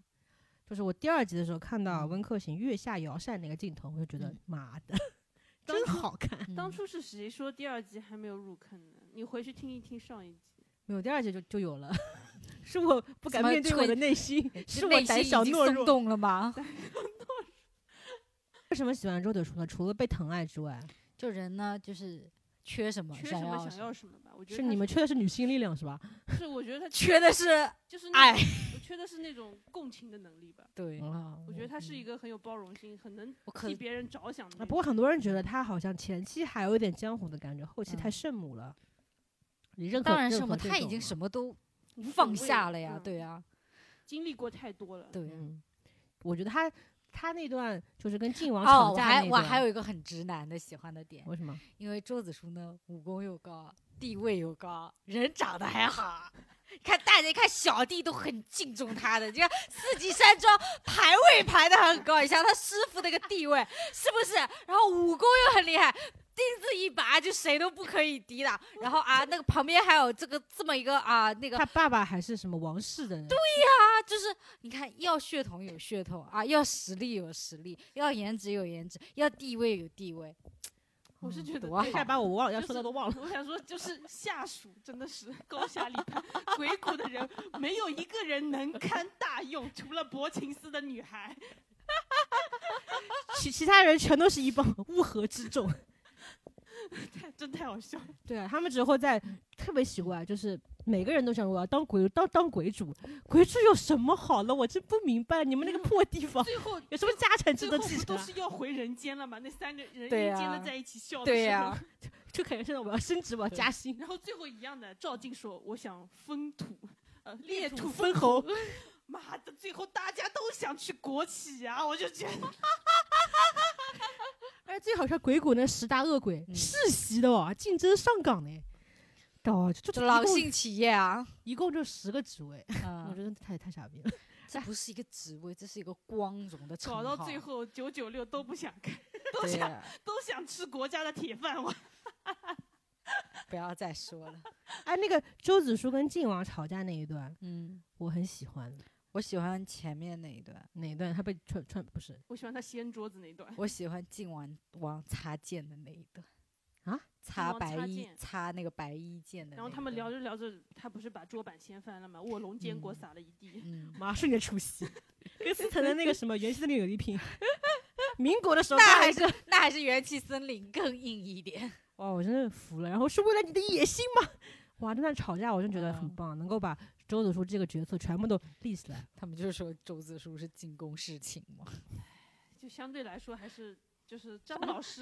就是我第二集的时候看到温客行月下摇扇那个镜头，我就觉得嗯妈的， [LAUGHS] 真好看。嗯当初是谁说第二集还没有入坑的？你回去听一听上一集。没有第二集就就有了， [LAUGHS] 是我不敢什么面对我吹的内 [LAUGHS] 心，是我内心胆已小经懦松弱。动了吗？为什么喜欢周子舒呢？除了被疼爱之外， [LAUGHS] 就人呢，就是缺什么，缺什么要想什么要什么吧。我觉得是他你们缺的是女性力量是吧？是，我觉得 [LAUGHS] 他缺的是就是那爱种。我缺的是那种共情的能力吧。对啊，我觉得他是嗯一个很有包容心，很能我可替别人着想的啊那不种。过很多人觉得他好像前期还有一点江湖的感觉，后期太嗯圣母了。你认可当然认是我可们，这他已种经吗什么都无所放谓下了呀，嗯对啊呀，经历过太多了。对呀。啊嗯，我觉得他他那段就是跟靖王哦，吵我架还那我段，还有一个很直男的喜欢的点，为什么？因为周子舒呢，武功又高，地位又高，人长得还好。看大家一看小弟都很敬重他的，你看四级山庄排位排的很高，你像他师傅那个地位是不是？然后武功又很厉害，钉子一拔就谁都不可以抵挡。然后啊，那个旁边还有这个这么一个啊，那个他爸爸还是什么王室的人？对，他就是你看，要血统有血统啊，要实力有实力，要颜值有颜值，要地位有地位，我是嗯觉得多一下好把我忘了要就说是的都忘了。我想说，就是下属真的是高下立判，鬼谷的人没有一个人能堪大用，除了薄情丝的女孩。其其他人全都是一帮乌合之众。太真太好笑了，对啊，他们只会在特别奇怪，就是每个人都想我要当鬼当当鬼主，鬼主有什么好了？我真不明白你们那个破地 [LAUGHS] 方最后有什么家产值最得后记不着哦都啊？是要回人间了吗？那三个人对人间呀的在一起哦笑的对时呀、候就感觉现在我要升职，我要加薪。 [LAUGHS] 然后最后一样的，赵静说：“我想封土，呃，裂裂土土封封侯。”妈的，最后大家都想去国企啊！我就觉得而且哎最好像鬼谷那十大恶鬼、嗯世袭的哦，竞争上岗的，哦，就这就狼一共性企 [LAUGHS] 业啊，一共就十个职位，我嗯，觉得太太傻逼了。 [LAUGHS] 这不是一个职位，这是一个光荣的称号。搞到最后九九六都不想看，都对想呀，都想吃国家的铁饭碗。不要再说 [LAUGHS] 了。哎，那个周子舒跟靖王吵架那一段，嗯，我很喜欢。我喜欢前面那一段，哪一段？他被穿穿不是？我喜欢他掀桌子那段，我喜欢靖王王擦剑的那一段啊，擦王擦白衣剑擦那个白衣剑的。然后他们聊，着聊着，他不是把桌板掀翻了吗？卧龙坚果嗯撒了一 [LAUGHS] 地。嗯，妈，瞬间出 [LAUGHS] 戏，跟司藤的那个什么《元气森林》有一 [LAUGHS] 拼。民国的时候，那他还还是那还是元气森林更硬一点。哇，我真的服了。然后是为了你的野心吗？哇，那段吵架我真觉得很嗯棒，能够把周子舒这个角色全部都立起来。他们就说周子舒是进宫侍寝嘛，就相对来说还是就是张老师，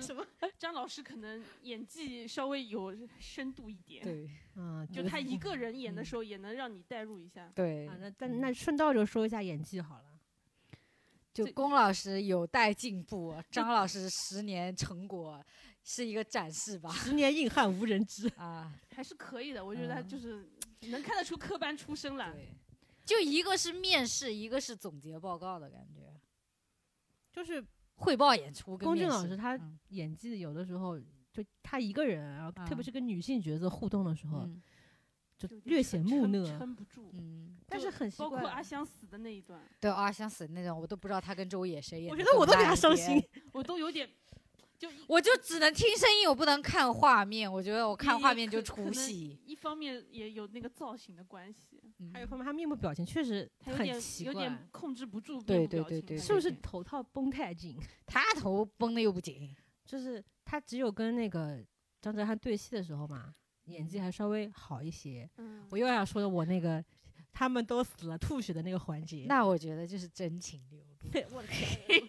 张老师可能演技稍微有深度一点，对嗯，就他一个人演的嗯时候也能让你代入一下。对啊，那但那顺道就说一下演技好 [LAUGHS] 了。。就最龚老师有待进步，啊张老师十年成果是一个展示吧 [LAUGHS] 十年硬汉无人知，啊，还是可以的，我觉得他嗯就是能看得出科班出身来。对，就一个是面试，一个是总结报告的感觉， [LAUGHS] 就是汇报演出跟龚面俊试。老师他嗯演技有的时候就他一个人，然后特啊别是跟女性角色互动的时候，嗯嗯就就有点略显木撑讷。撑不住。嗯，但是很奇包括怪阿香死的那一段，对啊，想死那种，我都不知道他跟周也谁演。我觉得我都比他伤心。。我都有点就我就只能听声音，我不能看画面。我觉得我看也画面可就可出能戏。一方面也有那个造型的关系，嗯还有方面，他面部表情确实他有很点奇有怪，点控制不住面对部对表对情对感是不是对头套绷太紧？他头绷的又不紧，就是他只有跟那个张哲瀚对戏的时候嘛，演技还稍微好一些。嗯我又要说我那个他们都死了吐血的那个环节，那我觉得就是真情流露。我的天，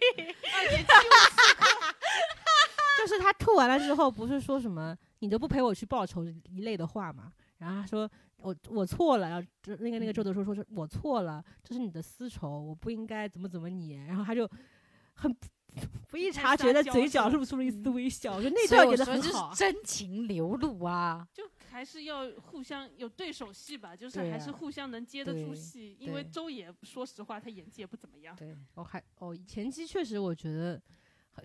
就是他吐完了之后，不是说什么你都不陪我去报仇一类的话嘛？然后他说我我错了，然后这那个那个周德说说是我错了，这是你的私仇，我不应该怎么怎么你，然后他就很不 [LAUGHS] 不易察觉的嘴角露出了一丝微笑，我觉得那所以段我演的说很就是好啊。真情流 [LAUGHS] 露啊，就还是要互相有对手戏吧，就是对还呀是互相能接得住对戏。因为对周也说实话，他演技也不怎么样。对，哦，还哦，前期确实我觉得，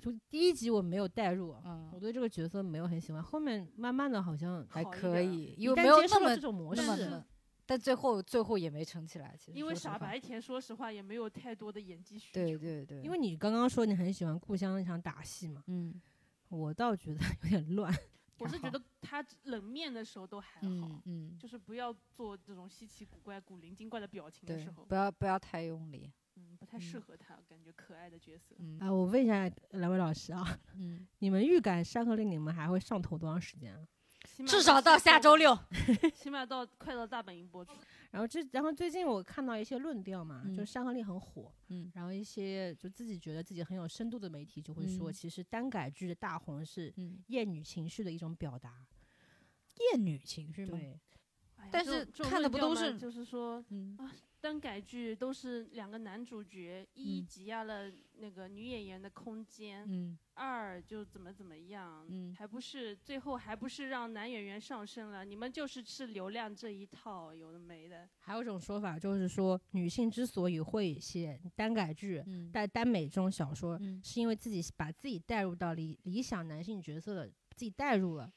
就第一集我没有代入，啊我嗯，对这个角色没有很喜欢，后面慢慢的好像还好一可点以，一因为旦没有啊接那受了么这种模那式，么是那么，但最后最后也没撑起来，其实因说为实傻话白甜，说实话也没有太多的演技需求。对对对，因为你刚刚说你很喜欢故乡那场打戏嘛，嗯我倒觉得 [LAUGHS] 有点乱。我是还觉好得他冷面的时候都还好，嗯嗯，就是不要做这种稀奇古怪、古灵精怪的表情的对时候，，不要不要太用力，嗯，不太嗯适合他，感觉可爱的角色。嗯啊，我问一下两位老师啊，嗯， [LAUGHS] 你们预感《山河令》你们还会上头多长时间啊？起码至到少到下周，六，起码到快乐大本营播出。然后这，然后最近我看到一些论调嘛，就《嗯山河令》很火，嗯然后一些就自己觉得自己很有深度的媒体就会说，嗯其实单改剧的大红是嗯，厌女情绪的一种表达。 [LAUGHS] 厌女情绪吗？对，哎呀但这是种这种看的论不调都嘛是就是说啊嗯单改剧都是两个男主角，一嗯挤压了那个女演员的空间，嗯二就怎么怎么样，嗯还不是最后还不是让男演员上升了？你们就是吃流量这一套，有的没的。还有一种说法就是说，女性之所以会写单改剧、嗯单耽美这种小说，嗯，是因为自己把自己带入到理理想男性角色的，自己带入了，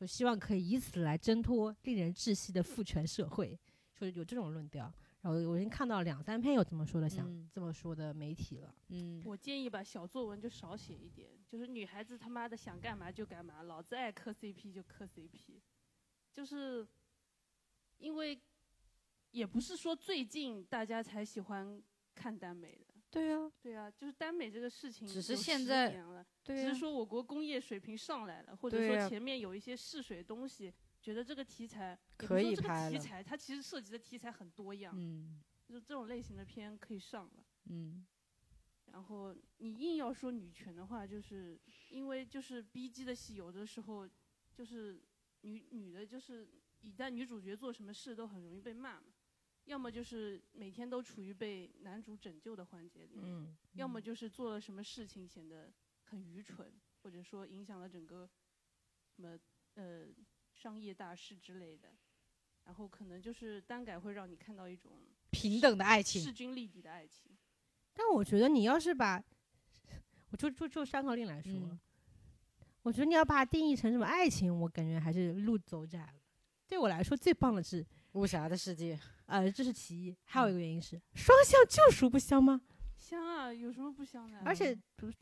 就希望可以以此来挣脱令人窒息的父权社会，就是有这种论调。然后我已经看到两三篇有这么说的想、嗯这么说的媒体了。嗯我建议吧，小作文就少写一点，就是女孩子他妈的想干嘛就干嘛，老子爱磕 CP 就磕 CP，就是因为也不是说最近大家才喜欢看耽美的，对呀、对啊，就是耽美这个事情只是有现10在啊年了对只是说我国工业水平上来了，或者对啊说呀前面有一些试水东西，觉得这个题材也可不是以说拍了这个题材它其实涉及的题材很多样，嗯就是这种类型的片可以上了。嗯然后你硬要说女权的话，就是因为就是 B G 的戏，有的时候就是女女的，就是一旦女主角做什么事都很容易被骂嘛，要么就是每天都处于被男主拯救的环节里面，嗯，要么就是做了什么事情显得很愚蠢，或者说影响了整个什么呃商业大势之类的。然后可能就是单改会让你看到一种平等的爱情势，均力敌的爱情。但我觉得你要是把， [LAUGHS] 我就就就《山河令》来说，嗯我觉得你要把它定义成什么爱情，我感觉还是路走窄了。对我来说，最棒的是武侠的世界，呃，这是其一，还有一个原因是、双向救赎不香吗？香啊，有什么不香的啊？而且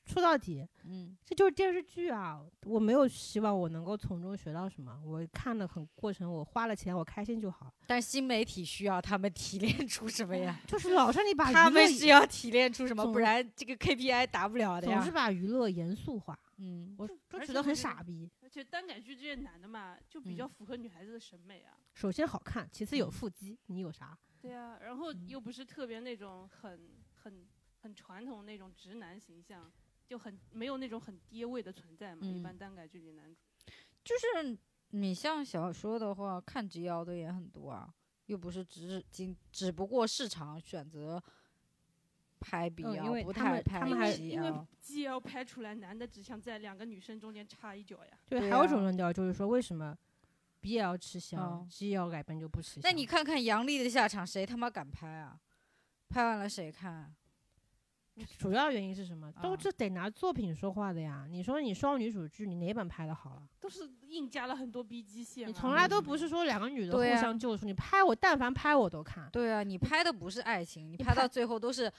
说到底，嗯这就是电视剧啊！我没有希望我能够从中学到什么，我看的很过程，我花了钱，我开心就好。但新媒体需要他们提炼出什么呀？就是老是你把他娱乐们是要提炼出什么，啊总不然这个 KPI 达不了的总呀是。把娱乐严肃化，嗯，我就而觉且得我很觉得傻逼。而且单改剧这些男的嘛，就比较符合女孩子的审美啊。首先好看，其次有嗯腹肌，你有啥？对啊，然后嗯又不是特别那种很很很传统那种直男形象，就很没有那种很爹味的存在嘛。嗯一般单改剧里男主，就是你像小说的话，看直摇的也很多啊，又不是只是仅只不过市场选择拍 BL，、因为不他太们拍啊他因们还为因为 BL。 GL 拍出来，男的只想在两个女生中间插一脚呀。对，对还有一啊种论调就是说，为什么 BL 吃香嗯，GL 改编就不吃香？那你看看杨笠的下场，谁他妈敢拍啊？拍完了谁看啊？主要原因是什么？都啊这得拿作品说话的呀。你说你双女主剧，你哪本拍的好了？都是硬加了很多 B G 线、啊。你从来都不嗯是说两个女的互对啊相救赎，你拍我，但凡拍我都看。对啊，你拍的不是爱情，你你拍拍到最后都是，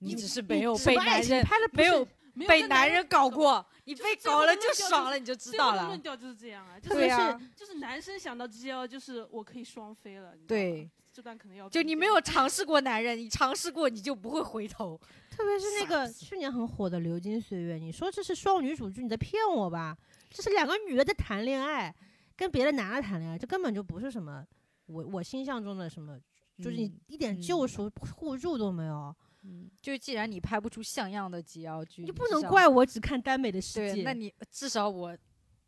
你你只是你没有只被拍男爱情人拍的不没是有没有被跟男人搞过，你就被最后搞的了论就调爽就了，你就知最道后的了论。调就是这样啊，就是对呀、就是男生想到 G L 就是我可以双飞了，你知道吗，对，这段可能要就你没有尝试过男人，你尝试过你就不会回头。特别是那傻个子去年很火的《流金岁月》，你说这是双女主剧，你在骗我吧？这是两个女的在谈恋爱，跟别的男的谈恋爱，这根本就不是什么我我心象中的什么，就是你嗯一点嗯救赎互助都没有。嗯，就既然你拍不出像样的 BL 剧，你你不至能少怪我只看耽美的世对，界。那你至少我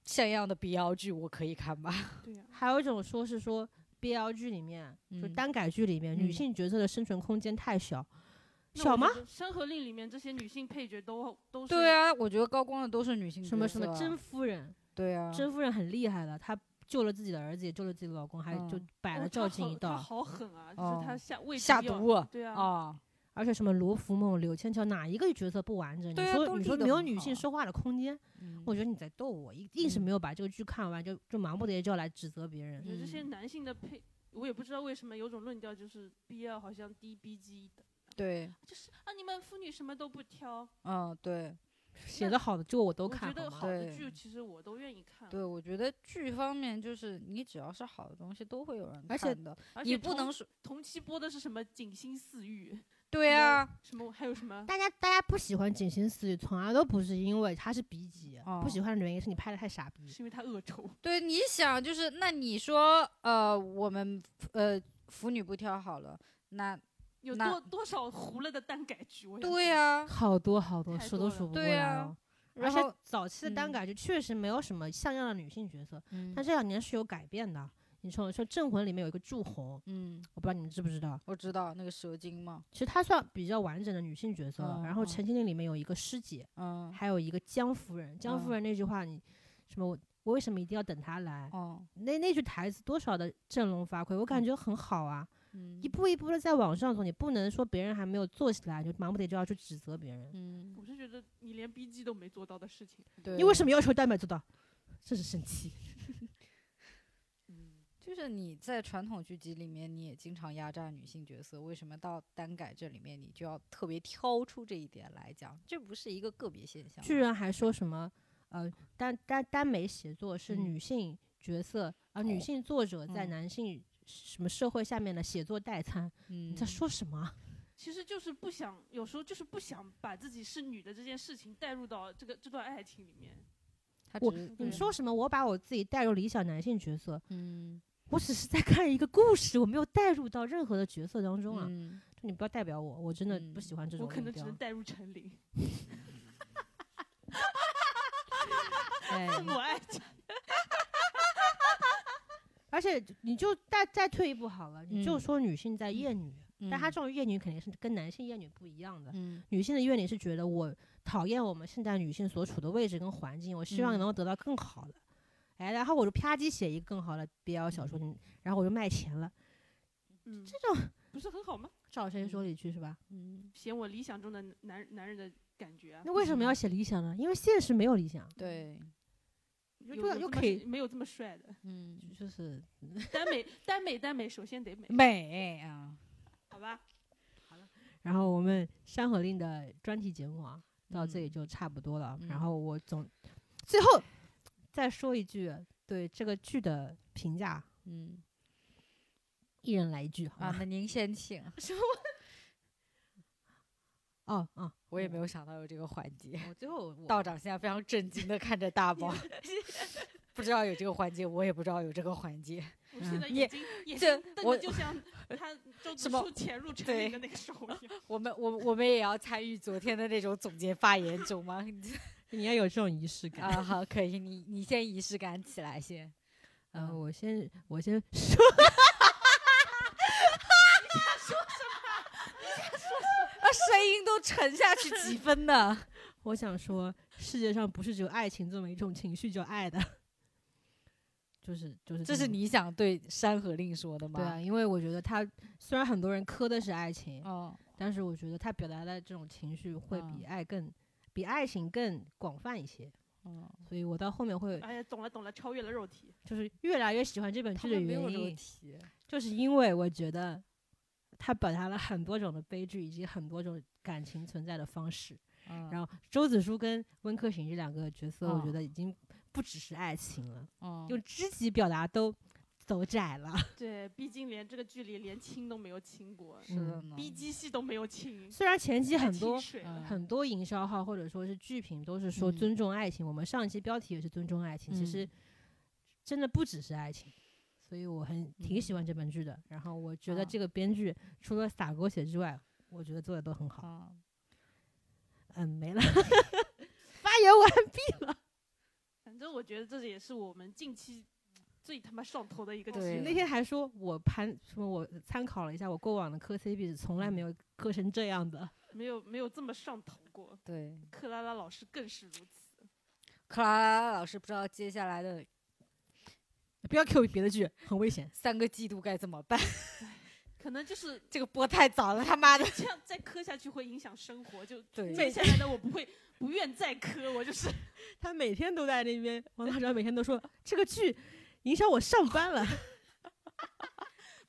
像样的 BL 剧我可以看吧？ [LAUGHS] 对啊呀、还有一种说是说 BL 剧里面，就嗯耽改剧里面，嗯女性角色的生存空间太小，那小我觉吗？得《山河令》里面这些女性配角都都是哦对，啊，我觉得高光的都是女性什么角什么色甄夫人，对啊，甄夫人很厉害的，她救了自己的儿子，也救了自己的老公，还就嗯摆哦了她赵静好一她道。好狠啊！就哦是她下胃下毒药，毒啊对啊，啊，而且什么罗福梦、柳千乔，哪一个角色不完整？对啊你都说你立说得没有很女性好说话的空间，嗯我觉得你在逗我，一定是嗯没有把这个剧看完，就就忙不迭就要来指责别我人。觉得这些嗯男性的配，我也不知道为什么有种论调就是 B L 好像低 B G 的，对，就是啊你们妇女什么都不挑，嗯对。写的好的就我都我看觉好得吗好？的对剧其实我都愿意嗯看，对，我觉得剧方面就是你只要是好的东西，都会有人而且看的。而且你不同能说同期播的是什么《锦心似玉》，对什么啊，什么还有什么大家大家不喜欢《锦心似玉》，从来都不是因为它是笔记，哦不喜欢的原因是你拍的太傻逼。 [LAUGHS] 是因为他恶臭，对，你想就是那你说呃，我们呃腐女不挑好了，那有那多多少糊了的蛋改剧？我想对知道、呀、好多好多，太数多都了数不过对来啊了。啊而然且后早期的单嗯改就确实没有什么像样的女性角色，嗯但这两年是有改变的。你说说《镇魂》里面有一个祝红，嗯，我不知道你们知不知道，我知道那个蛇精嘛，其实她算比较完整的女性角色了。然后《嗯陈情令》里面有一个师姐，嗯还有一个江夫人。江夫嗯人那句话你，什么我我为什么一定要等她来？哦那那句台词多少的振聋发聩，我感觉很好啊。嗯一步一步的在往上走，你不能说别人还没有做起来，你就忙不迭就要去指责别人。嗯，我是觉得你连 B G 都没做到的事情，对，你为什么要求丹麦做到？真是生 [LAUGHS] 气。嗯，就是你在传统剧集里面，你也经常压榨女性角色，为什么到单改这里面，你就要特别挑出这一点来讲？这不是一个个别现象居吗，然还说什么呃耽耽耽美写作是嗯女性角色啊、呃女性作者在嗯男性什么社会下面的写作代餐，嗯，你在说什么啊？其实就是不想，有时候就是不想把自己是女的这件事情带入到这个这段爱情里面。他我只你对说什么？我把我自己带入理想男性角色，嗯我只是在看一个故事，我没有带入到任何的角色当中啊！嗯，就你不要代表我，我真的不嗯喜欢这我种可语能只调能。带入 [LAUGHS] 陈琳，哎，我爱陈而且你就再再退一步好了，你就嗯说女性在厌女，但她嗯这种厌女肯定是跟男性厌女不一样的。嗯女性的怨理是觉得我讨厌我们现在女性所处的位置跟环境，我希望嗯能够得到更好的。哎，然后我就啪叽写一个更好的 BL 小说，嗯你然后我就卖钱了，嗯，[LAUGHS] 这种不是很好吗？找谁说理去是吧？嗯，写我理想中的男男人的感觉啊，那为什么要写理想呢？因为现实没有理想，对，有对啊有又这么可以没有这么帅的嗯，就是耽美耽美耽美，首先得美，美啊，好吧？然后我们《山河令》的专题节目啊，到这里嗯就差不多了。嗯然后我总最后再说一句对这个剧的评价，嗯一人来一句好啊，吗？那您 [LAUGHS] 先请，哦哦，我也没有想到有这个环节。我最后我道长现在非常震惊的看着大 [LAUGHS] 宝，不知道有这个环节，我也不知道有这个环节。我现在嗯眼睛眼这睛瞪我的 [LAUGHS] 就像他周子什么舒潜入陈对琳的那个手一样。 [LAUGHS] 我们我我们也要参与昨天的那种总结发言中吗？你要有这种仪式感。啊，好，可以，你你先仪式感起来先。呃，嗯我先我先说， [LAUGHS] 啊，声音都沉下去几分呢？我想说，世界上不是只有爱情这么一种情绪叫爱的， [LAUGHS] 就是就是 [LAUGHS] 这是么你想对《山河令》说的吗？对啊，因为我觉得他虽然很多人磕的是爱情，哦，但是我觉得他表达的这种情绪会比嗯爱更、比爱情更广泛一些，嗯，所以我到后面会哎呀，懂了懂了，超越了肉体。就是越来越喜欢这本啊他剧的们没有原肉因，体。就是因为我觉得他表达了很多种的悲剧以及很多种感情存在的方式。嗯然后周子舒跟温客行这两个角色，我嗯觉得已经不只是爱情了，嗯用肢体表达都走窄了。对，毕竟连这个距离连亲都没有亲过，是的呢，逼机戏都没有亲，嗯虽然前期太很清多水了嗯很多营销号或者说是剧评都是说嗯尊重爱情，我们上一期标题也是尊重爱情，其嗯实真的不只是爱情。所以我很挺嗯喜欢这本剧的，然后我觉得啊这个编剧除了洒狗血之外，我觉得做的都很好。啊，嗯，没 [LAUGHS] 了，发言完。反正我觉得这也是我们近期最他妈上头的一个对你剧那天还说我盘什么，我参考了一下我过往的磕 CP 是从来没有磕成这样的。没有没有这么上头过。对，克拉拉老师更是如此。克拉拉老师不知道接下来的不要 Q 别的剧，很危险。三个季度该怎么办， [LAUGHS] 可能就是这个播太早了，他妈的，这样再磕下去会影响生活，就 [LAUGHS] 对接下来的我不会不愿再磕，我就是 [LAUGHS] 他每天都在那边，王大钊每天都说 [LAUGHS] 这个剧影响我上班了。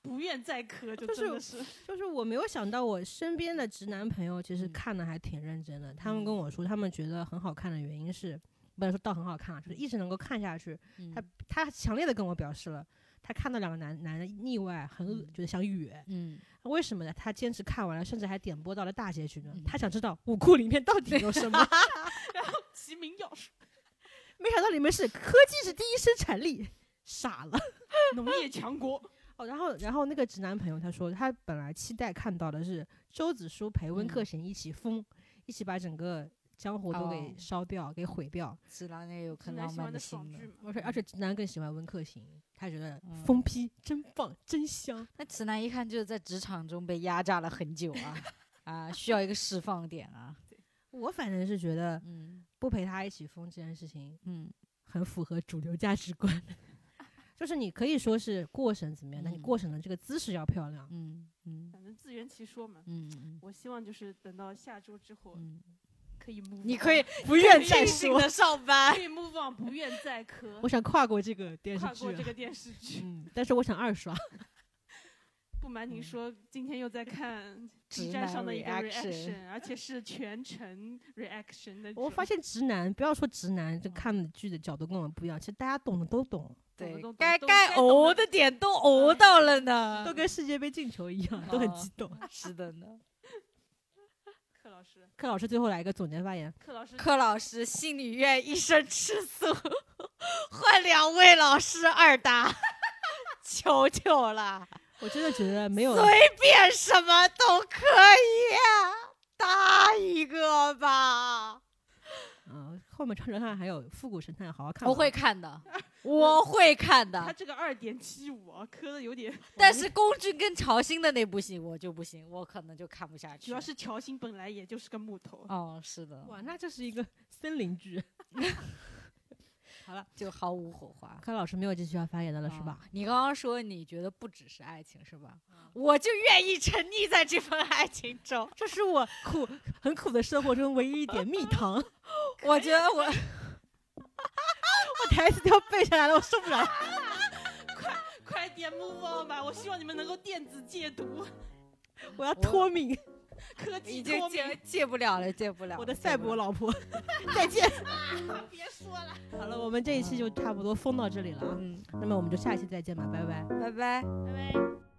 不愿再磕，就就是真的是就是我没有想到，我身边的直男朋友其实嗯看的还挺认真的。他们嗯跟我说，他们觉得很好看的原因是，不能说到很好看啊，就是一直能够看下去。嗯他他强烈的跟我表示了，他看到两个男男的腻歪，很恶嗯觉得想哕。嗯，为什么呢？他坚持看完了，甚至还点播到了大结局呢嗯。他想知道武库里面到底有什 [LAUGHS] 么。齐名要术，没想到里面是科技是第一生产力， [LAUGHS] 傻了。农业强国。哦，然后然后那个直男朋友他说，他本来期待看到的是周子舒陪温客嗯行一起疯，一起把整个江湖都哦给烧掉、给毁掉。直男也有直很男浪喜漫欢的心爽的剧。嘛，而且而且直男更喜欢温客行，他觉得嗯疯批、真棒真香。那直男一看就是在职场中被压榨了很久啊啊，需要一个释放点啊。我反正是觉得嗯不陪他一起疯这件事情嗯很符合主流价值观。 [LAUGHS] 就是你可以说是过审怎么样，但你嗯过审的这个姿势要漂亮。嗯嗯反正自圆其说嘛。嗯我希望就是等到下周之后嗯，可以 move，你 on 可以哎不愿再再说说的上班。 [LAUGHS] 可以 move on，不愿再磕我，想跨过这个电视跨啊剧过这了， [LAUGHS] 个电视剧。嗯，但是我想二刷。不瞒您嗯说，今天 [LAUGHS] 又在看直 B 站上男的一个 reaction reaction，而且是全程 reaction 的。我发现直男，不要说直男，这看的剧的角度跟我们不一样，其实大家懂的都懂，懂对得懂，该懂该该懂熬得的点都熬到了呢，都跟世界杯进球一样，都很激动。是的呢。克老师，柯老师最后来一个总结发言，克老师柯老师心里愿一生吃素， [LAUGHS] 换两位老师二搭， [LAUGHS] 求求了。我真的觉得没 [LAUGHS] 有，随便什么都可以，啊搭一个吧。嗯、后面超神探还有复古神探，好好看吧。我会看的， [LAUGHS] 我会看他的。这个二点七五啊，磕的有点，但是龚俊跟曹鑫的那部戏我就不行，我可能就看不下去。主要是乔欣本来也就是个木头，哦，是的，哇，那这是一个森林剧。就毫无火花。柯老师没有继续要发言的了，是吧？啊你刚刚说你觉得不只是爱情是吧？嗯我就愿意沉溺在这份爱情中。这是我苦很苦的生活中唯一一点蜜 [LAUGHS] 糖，我我觉得我台词都要背下来了，我受不了。快点 move on 吧！我希望你们能够电子戒 [LAUGHS] 毒，我要脱敏，科技已经脱戒敏。戒不了了，戒不了了。我的戒赛不博了老 [LAUGHS] 婆，再见。别说了。好了，我们这一期就差不多封到这里了啊，嗯，那么我们就下期再见吧，拜拜。拜拜。拜拜。